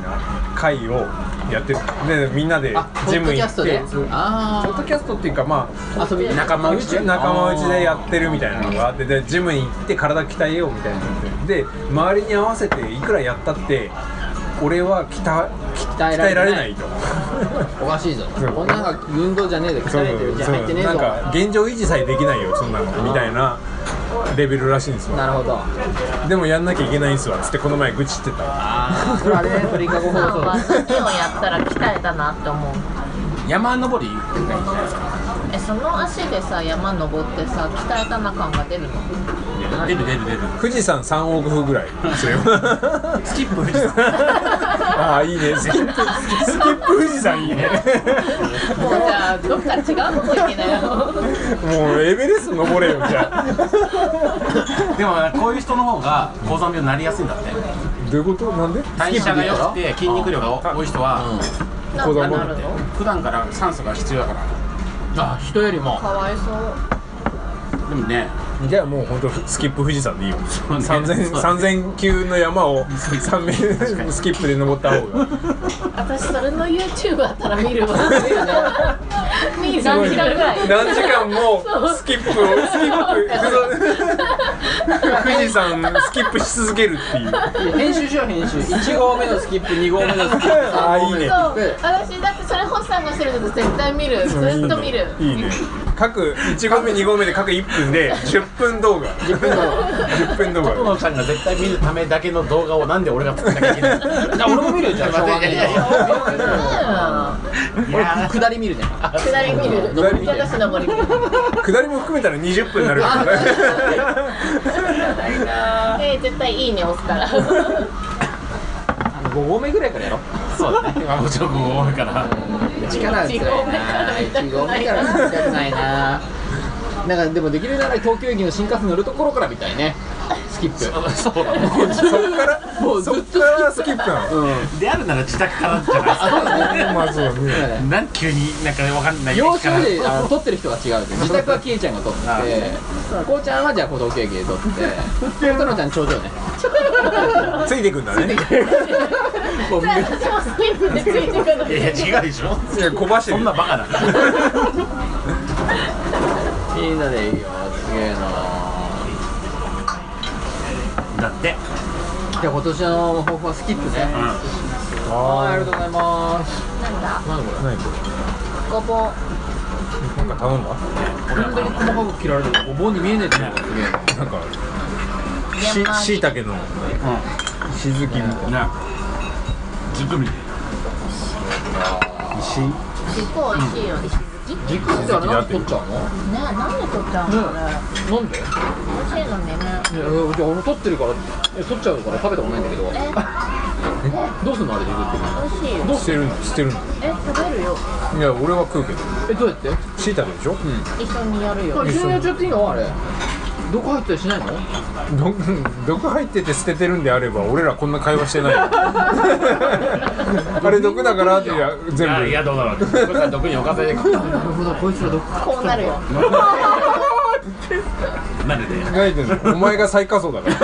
[SPEAKER 2] 会をやってるでみんなで
[SPEAKER 1] あポ
[SPEAKER 2] ジ
[SPEAKER 1] ッ
[SPEAKER 2] ム
[SPEAKER 1] ドキ
[SPEAKER 2] 行
[SPEAKER 1] ャスト
[SPEAKER 2] って
[SPEAKER 1] で
[SPEAKER 2] ポッド
[SPEAKER 1] あ
[SPEAKER 2] キャストっていうかまあ
[SPEAKER 1] あ遊びで
[SPEAKER 4] 仲間内で
[SPEAKER 2] 仲間内でやってるみたいなのがあってでジムに行って体鍛えようみたいなのやってるで周りに合わせていくらやったって俺は鍛
[SPEAKER 1] 鍛
[SPEAKER 2] え
[SPEAKER 1] え
[SPEAKER 2] 鍛えら
[SPEAKER 1] られ
[SPEAKER 2] れな
[SPEAKER 1] ないい
[SPEAKER 2] と
[SPEAKER 1] おかしいぞ
[SPEAKER 2] そう
[SPEAKER 1] こんなんが運動じゃねえで
[SPEAKER 2] そ
[SPEAKER 1] 鍛
[SPEAKER 2] う
[SPEAKER 1] えてるじゃ
[SPEAKER 2] そう
[SPEAKER 1] 入ってねえ
[SPEAKER 2] なん
[SPEAKER 1] ぞ
[SPEAKER 2] か現状維持さえできないよそんなのみたいなレベルらしいんです
[SPEAKER 1] な
[SPEAKER 2] わ
[SPEAKER 1] るほど
[SPEAKER 2] でもやんなきゃいけないんすわつってこの前愚痴ってた
[SPEAKER 1] ああこれあれね鳥かご
[SPEAKER 3] さん
[SPEAKER 1] 放
[SPEAKER 3] は
[SPEAKER 1] 送
[SPEAKER 3] 何をやったら鍛えたなって思う
[SPEAKER 4] 山登りがいいじゃないですか
[SPEAKER 3] えその足でさ山登ってさ鍛えたな感が 出るの
[SPEAKER 4] 出る出る出る
[SPEAKER 2] 富士山3往 復ぐらいするよ
[SPEAKER 4] スキップ富士山
[SPEAKER 2] ああいいねスキップスキップ富士山い いね
[SPEAKER 3] もうじゃあどっか違うとこ行きなよ
[SPEAKER 2] もうエベレスト登れよじゃあ
[SPEAKER 4] でもこういう人の方が高山病になりやすいんだって
[SPEAKER 2] どういうことなんで
[SPEAKER 4] 代謝が良くて筋肉量が多い人は
[SPEAKER 3] なんか
[SPEAKER 2] 子供
[SPEAKER 3] なるの
[SPEAKER 4] 普段から酸素が必要だから
[SPEAKER 1] あ人よりも
[SPEAKER 3] かわいそう
[SPEAKER 4] でもね
[SPEAKER 2] じゃあもう本当スキップ富士山でいいよ
[SPEAKER 4] うね
[SPEAKER 2] 3000 3000級の山を3面スキップで登った方が
[SPEAKER 3] 私それの YouTube あったら見るわ見る
[SPEAKER 2] すご
[SPEAKER 3] 何
[SPEAKER 2] い
[SPEAKER 3] 時
[SPEAKER 2] ね
[SPEAKER 3] 間ぐらい
[SPEAKER 2] 何時間もスキップをスキップ富士山スキップし続けるっていう
[SPEAKER 1] 編集しよう編集1号目のスキップ2号目のスキップ
[SPEAKER 2] あ
[SPEAKER 1] 3
[SPEAKER 2] ー
[SPEAKER 1] 号
[SPEAKER 2] いい
[SPEAKER 1] 目
[SPEAKER 2] ね
[SPEAKER 1] のスキ
[SPEAKER 3] そう
[SPEAKER 1] ップ
[SPEAKER 3] 私だってそれ星さんがしてるのと絶対見るずっと見る
[SPEAKER 2] いいね各1合目2合目で各1分で10分動画10分動画10分動
[SPEAKER 4] ト
[SPEAKER 2] 画
[SPEAKER 4] ノちゃんが絶対見るためだけの動画をなんで俺が作んなきゃいけ ないの
[SPEAKER 1] じゃあ俺も見るよじゃあしょうがねえよ
[SPEAKER 4] い
[SPEAKER 1] 俺
[SPEAKER 4] や
[SPEAKER 1] 下り見るね
[SPEAKER 3] 下り見る
[SPEAKER 2] 下り見る
[SPEAKER 3] 私登 り見る
[SPEAKER 2] 下りも含めたら20分になるからね
[SPEAKER 3] えー絶対いいね押すから
[SPEAKER 1] あの5合目ぐらいからやろう
[SPEAKER 4] ーそうだねあもちろん多いから
[SPEAKER 1] 力は強いな1合目から見たくないななんかでもできるなら東京駅の新幹線乗るところからみたいねスキップ
[SPEAKER 4] そうだね
[SPEAKER 2] そっから
[SPEAKER 1] もうずっ
[SPEAKER 2] そっからスキップなの
[SPEAKER 1] うん
[SPEAKER 4] であるなら自宅からじゃないですか
[SPEAKER 2] まあそうね
[SPEAKER 4] なん急になんかわかんない
[SPEAKER 1] 要所
[SPEAKER 4] で
[SPEAKER 1] であの撮ってる人が違 うんで自宅はキエちゃんが撮ってこうちゃんはじゃあ小峠駅で 撮ってトノちゃん頂 上ね
[SPEAKER 2] ついてくんだね
[SPEAKER 1] もう見る
[SPEAKER 3] 私もスキップでついてくの
[SPEAKER 4] いやいや違うでしょ
[SPEAKER 2] いや小走り
[SPEAKER 4] そんなバカだ
[SPEAKER 1] みんなでいいよすげえな
[SPEAKER 4] だっ
[SPEAKER 1] じ
[SPEAKER 4] て
[SPEAKER 1] ゃあ今年の抱負はスキップね
[SPEAKER 4] う
[SPEAKER 1] はいあ
[SPEAKER 2] あ
[SPEAKER 1] りがとうございます
[SPEAKER 3] なんだ
[SPEAKER 1] 何これ
[SPEAKER 2] ー何こ
[SPEAKER 3] ごぼう
[SPEAKER 2] れなんか頼んだ
[SPEAKER 1] これだけ細かく切られてるお盆に見えねえってのがすげえな
[SPEAKER 2] なんか
[SPEAKER 3] 山
[SPEAKER 2] ししいたけのしずきみたい
[SPEAKER 4] ん
[SPEAKER 2] な
[SPEAKER 4] な自分
[SPEAKER 2] 石
[SPEAKER 3] 結構美味しいよね
[SPEAKER 1] 軸ってあれ何で取っちゃうの
[SPEAKER 3] ねなんで取っちゃうのね
[SPEAKER 1] なんで
[SPEAKER 3] 美味しいのね
[SPEAKER 1] いやいや俺取ってるからえ取っちゃうから食べたことないんだけど
[SPEAKER 3] え
[SPEAKER 1] どうすんのあれで食って
[SPEAKER 3] 美味
[SPEAKER 2] 捨て
[SPEAKER 3] しいよ
[SPEAKER 2] るの捨てるの
[SPEAKER 3] え食べるよ
[SPEAKER 2] いや俺は食うけど
[SPEAKER 1] えどうやって
[SPEAKER 2] しいたけでしょ
[SPEAKER 3] 一緒にやるよ
[SPEAKER 1] あ急にやっちゃっていいのあれ毒入ったりしないの
[SPEAKER 2] ど毒入ってて捨ててるんであれば俺らこんな会話してない よあれ毒だからっていや全
[SPEAKER 4] あいや
[SPEAKER 2] 部
[SPEAKER 4] どうだろうこれから毒におかせで
[SPEAKER 1] なるほどこいつら毒
[SPEAKER 3] こうなるよ
[SPEAKER 4] なるで
[SPEAKER 2] 書いてんのお前が最下層だから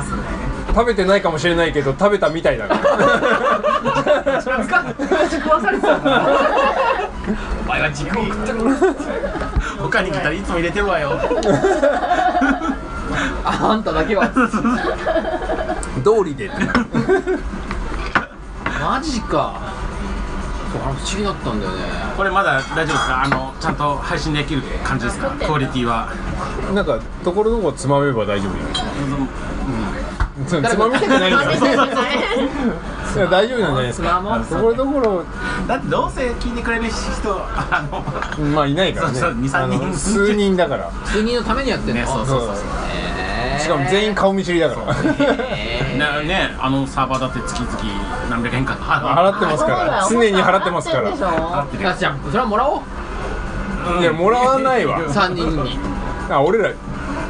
[SPEAKER 4] 出すね
[SPEAKER 2] 食べてないかもしれないけど食べたみたいだから
[SPEAKER 4] それは使っ食わされてたんだお前は軸を食ってる他に来たらいつも入れてるわよ
[SPEAKER 1] ああんただけは
[SPEAKER 4] 道理でってなる
[SPEAKER 1] マジかそうあれ不思議だったんだよね
[SPEAKER 4] これまだ大丈夫ですかあのちゃんと配信できる感じですかクオリティは
[SPEAKER 2] なんかところどころつまめば大丈夫じゃないですかそのつまみたくないんだよいや大丈夫なんじゃないです
[SPEAKER 1] つまもう
[SPEAKER 2] かところどころ
[SPEAKER 4] だってどうせ聞いてくれる人あ の
[SPEAKER 2] まあいないからね
[SPEAKER 4] そうそう二
[SPEAKER 2] あ
[SPEAKER 4] 三人
[SPEAKER 2] の数人だから
[SPEAKER 1] 数人のためにやってんの、
[SPEAKER 4] ねそうそうそうそう
[SPEAKER 1] えー
[SPEAKER 2] しかも全員顔見知りだから
[SPEAKER 1] えー
[SPEAKER 4] ねねあのサーバーだって月々何百円か払
[SPEAKER 2] 払ってますから常に払ってますから
[SPEAKER 3] そうだよ払って
[SPEAKER 4] ってる
[SPEAKER 1] あじゃあそれはもらおう
[SPEAKER 2] いやもらわないわ
[SPEAKER 1] 3人に
[SPEAKER 2] あ俺らって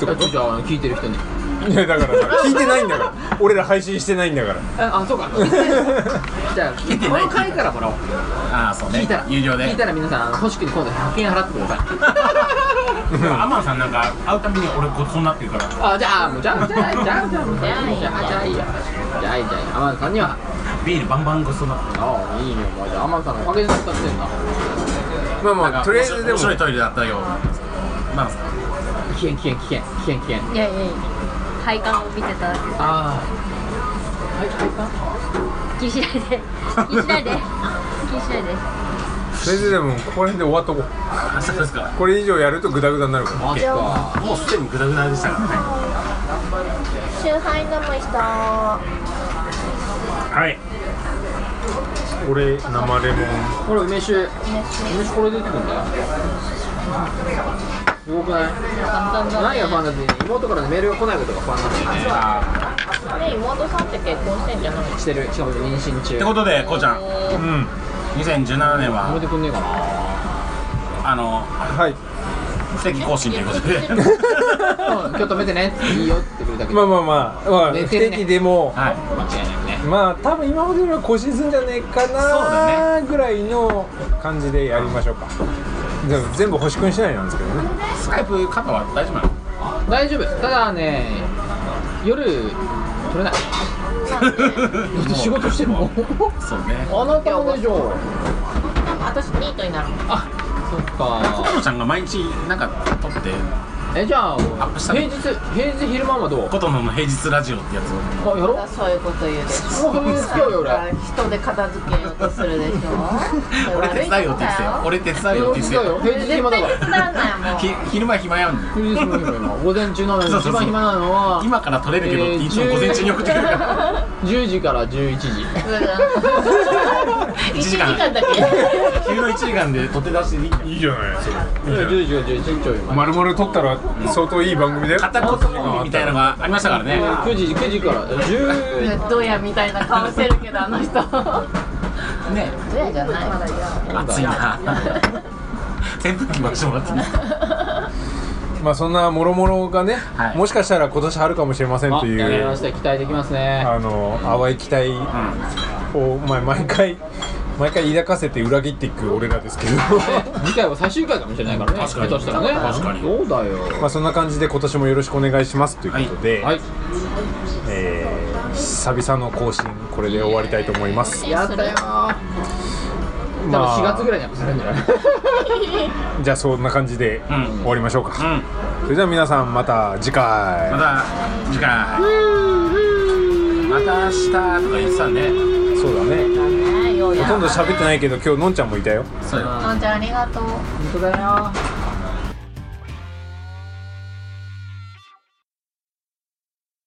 [SPEAKER 1] じゃ
[SPEAKER 2] こ
[SPEAKER 1] あ
[SPEAKER 2] と
[SPEAKER 1] じゃあ聞いてる人に
[SPEAKER 2] いやだからさ聞いてないんだから俺ら配信してないんだから
[SPEAKER 1] えあそうか聞いてないじゃあ
[SPEAKER 4] 聞いてない
[SPEAKER 1] この回からもらおう
[SPEAKER 4] ああそうね
[SPEAKER 1] 聞いたら
[SPEAKER 4] 有料で
[SPEAKER 1] 聞いたら皆さんあの欲しくに今度100円払ってください
[SPEAKER 4] アマンさんなんか会うたびに俺ごちそうになってるから
[SPEAKER 1] あじゃあもうじゃあじゃあじゃあじゃあじゃあじゃあじゃあいいやじゃあいいじゃあいいや天野さんには
[SPEAKER 4] ビールバンバンごちそうになって
[SPEAKER 1] あ
[SPEAKER 4] る
[SPEAKER 1] あいいねお前じゃあ天野さんのおかげで使ってんだ
[SPEAKER 2] まあ
[SPEAKER 4] なん
[SPEAKER 2] ま
[SPEAKER 4] か
[SPEAKER 2] あとりあえずで
[SPEAKER 4] 面
[SPEAKER 2] も
[SPEAKER 4] 白いトイレだったよなんですか
[SPEAKER 1] 危険危険危険危険危険
[SPEAKER 6] いやいやいや配管を見てただけ
[SPEAKER 1] ああはいはいか
[SPEAKER 6] 気にしないで気にしないで気にしないで
[SPEAKER 2] とりあえずでもここら辺で終わっとこう
[SPEAKER 4] あそうですか
[SPEAKER 2] これ以上やるとグダグダになるから
[SPEAKER 1] マジか
[SPEAKER 4] もうすでにグダグダでしたからね
[SPEAKER 7] 周波飲む人
[SPEAKER 4] はい
[SPEAKER 2] 俺生レモン
[SPEAKER 1] これ梅酒梅酒これ出てくんだよすごくない
[SPEAKER 3] 簡単だね
[SPEAKER 1] 何がファンタジーに妹からのメールが来ないことがファンタジー
[SPEAKER 3] ね妹さんって結婚してんじゃない
[SPEAKER 1] にしてるしかも妊娠中
[SPEAKER 4] ってことでこうちゃん
[SPEAKER 2] うん
[SPEAKER 4] 2017年
[SPEAKER 1] 止め
[SPEAKER 4] は
[SPEAKER 1] てくんねえかな
[SPEAKER 4] あの
[SPEAKER 2] はい
[SPEAKER 4] 不定期更新ということ で
[SPEAKER 1] うん今日止めてねいいよってくるだけ
[SPEAKER 2] まあまあまあ、まあ、
[SPEAKER 1] 寝
[SPEAKER 2] 不
[SPEAKER 1] てるね
[SPEAKER 2] 定期でも
[SPEAKER 4] は
[SPEAKER 1] 間違いないよね
[SPEAKER 2] まあ多分今までよりは更新するんじゃねえか
[SPEAKER 4] そうだ
[SPEAKER 2] なぐらいの感じでやりましょうかでも全部星くん次第なんですけどね
[SPEAKER 4] いスカイプ肩は大丈夫なの
[SPEAKER 1] 大丈夫ただね夜取れないだって 仕事してるもん
[SPEAKER 4] そう ね
[SPEAKER 1] あなたもでしょ
[SPEAKER 3] 私ニートになるもん
[SPEAKER 1] あそっか
[SPEAKER 4] コロちゃんが毎日なんか撮って
[SPEAKER 1] えじゃあ
[SPEAKER 4] ップした
[SPEAKER 1] 平
[SPEAKER 4] ね
[SPEAKER 1] 日平日昼間はどう
[SPEAKER 4] 琴野の平日ラジオってやつを
[SPEAKER 1] あやろう
[SPEAKER 3] そういうこと言うでしょ
[SPEAKER 1] そういう付き合いよ俺
[SPEAKER 3] 人で片付けようとするでしょ
[SPEAKER 4] 俺手伝うよって言ってたよ俺手伝うよって言ってたよ
[SPEAKER 1] 平日暇だから
[SPEAKER 3] 手伝わないもん
[SPEAKER 4] ひ昼間暇やん
[SPEAKER 1] 休日も暇今午前中なのに
[SPEAKER 4] そう
[SPEAKER 1] 一
[SPEAKER 4] そうそう
[SPEAKER 1] 番暇なのは
[SPEAKER 4] 今から撮れるけどっていつも午前中に送ってくるから
[SPEAKER 1] 10時から11時
[SPEAKER 4] 1
[SPEAKER 3] 1時間だけ
[SPEAKER 4] 昼の1時間で撮って出していいんだよ
[SPEAKER 2] いいじゃないそれ
[SPEAKER 1] 10時から11時ちょい前
[SPEAKER 2] まるまる撮ったら相当いい番組だよ
[SPEAKER 4] 片言コンビみたいなのがありましたからね
[SPEAKER 1] 9時9時から10
[SPEAKER 3] ドヤみたいな顔してるけどあの人
[SPEAKER 4] ね
[SPEAKER 3] ドヤじゃ ない
[SPEAKER 4] 暑いな扇風機回してもらっていいですか
[SPEAKER 2] まあそんなもろもろがね、
[SPEAKER 4] はい
[SPEAKER 2] もしかしたら今年春かもしれません
[SPEAKER 1] あ
[SPEAKER 2] とい
[SPEAKER 1] やりま
[SPEAKER 2] う
[SPEAKER 1] した期待できますね
[SPEAKER 2] あの淡い期待を、まあ、毎回毎回抱かせて裏切っていく俺らですけど
[SPEAKER 1] 次回は最終回かもしれないからね
[SPEAKER 4] 確かに
[SPEAKER 1] 下手したらね
[SPEAKER 4] 確かに
[SPEAKER 1] そうだよ
[SPEAKER 2] まあそんな感じで今年もよろしくお願いしますということで、
[SPEAKER 1] はい
[SPEAKER 2] えー久々の更新これで終わりたいと思います
[SPEAKER 1] やったよ多分
[SPEAKER 2] まあ
[SPEAKER 1] 4月ぐらいにはするんじゃない
[SPEAKER 2] じゃあそんな感じで
[SPEAKER 4] うん
[SPEAKER 2] 終わりましょう
[SPEAKER 4] うん
[SPEAKER 2] か、
[SPEAKER 4] うん
[SPEAKER 2] それでは皆さんまた次回
[SPEAKER 4] また次回また明日とか言ってたね
[SPEAKER 2] そうだねほとんど喋ってないけど今日のんちゃんもいたよ
[SPEAKER 4] そうよ
[SPEAKER 3] のんちゃんありがとう
[SPEAKER 1] 本当だよ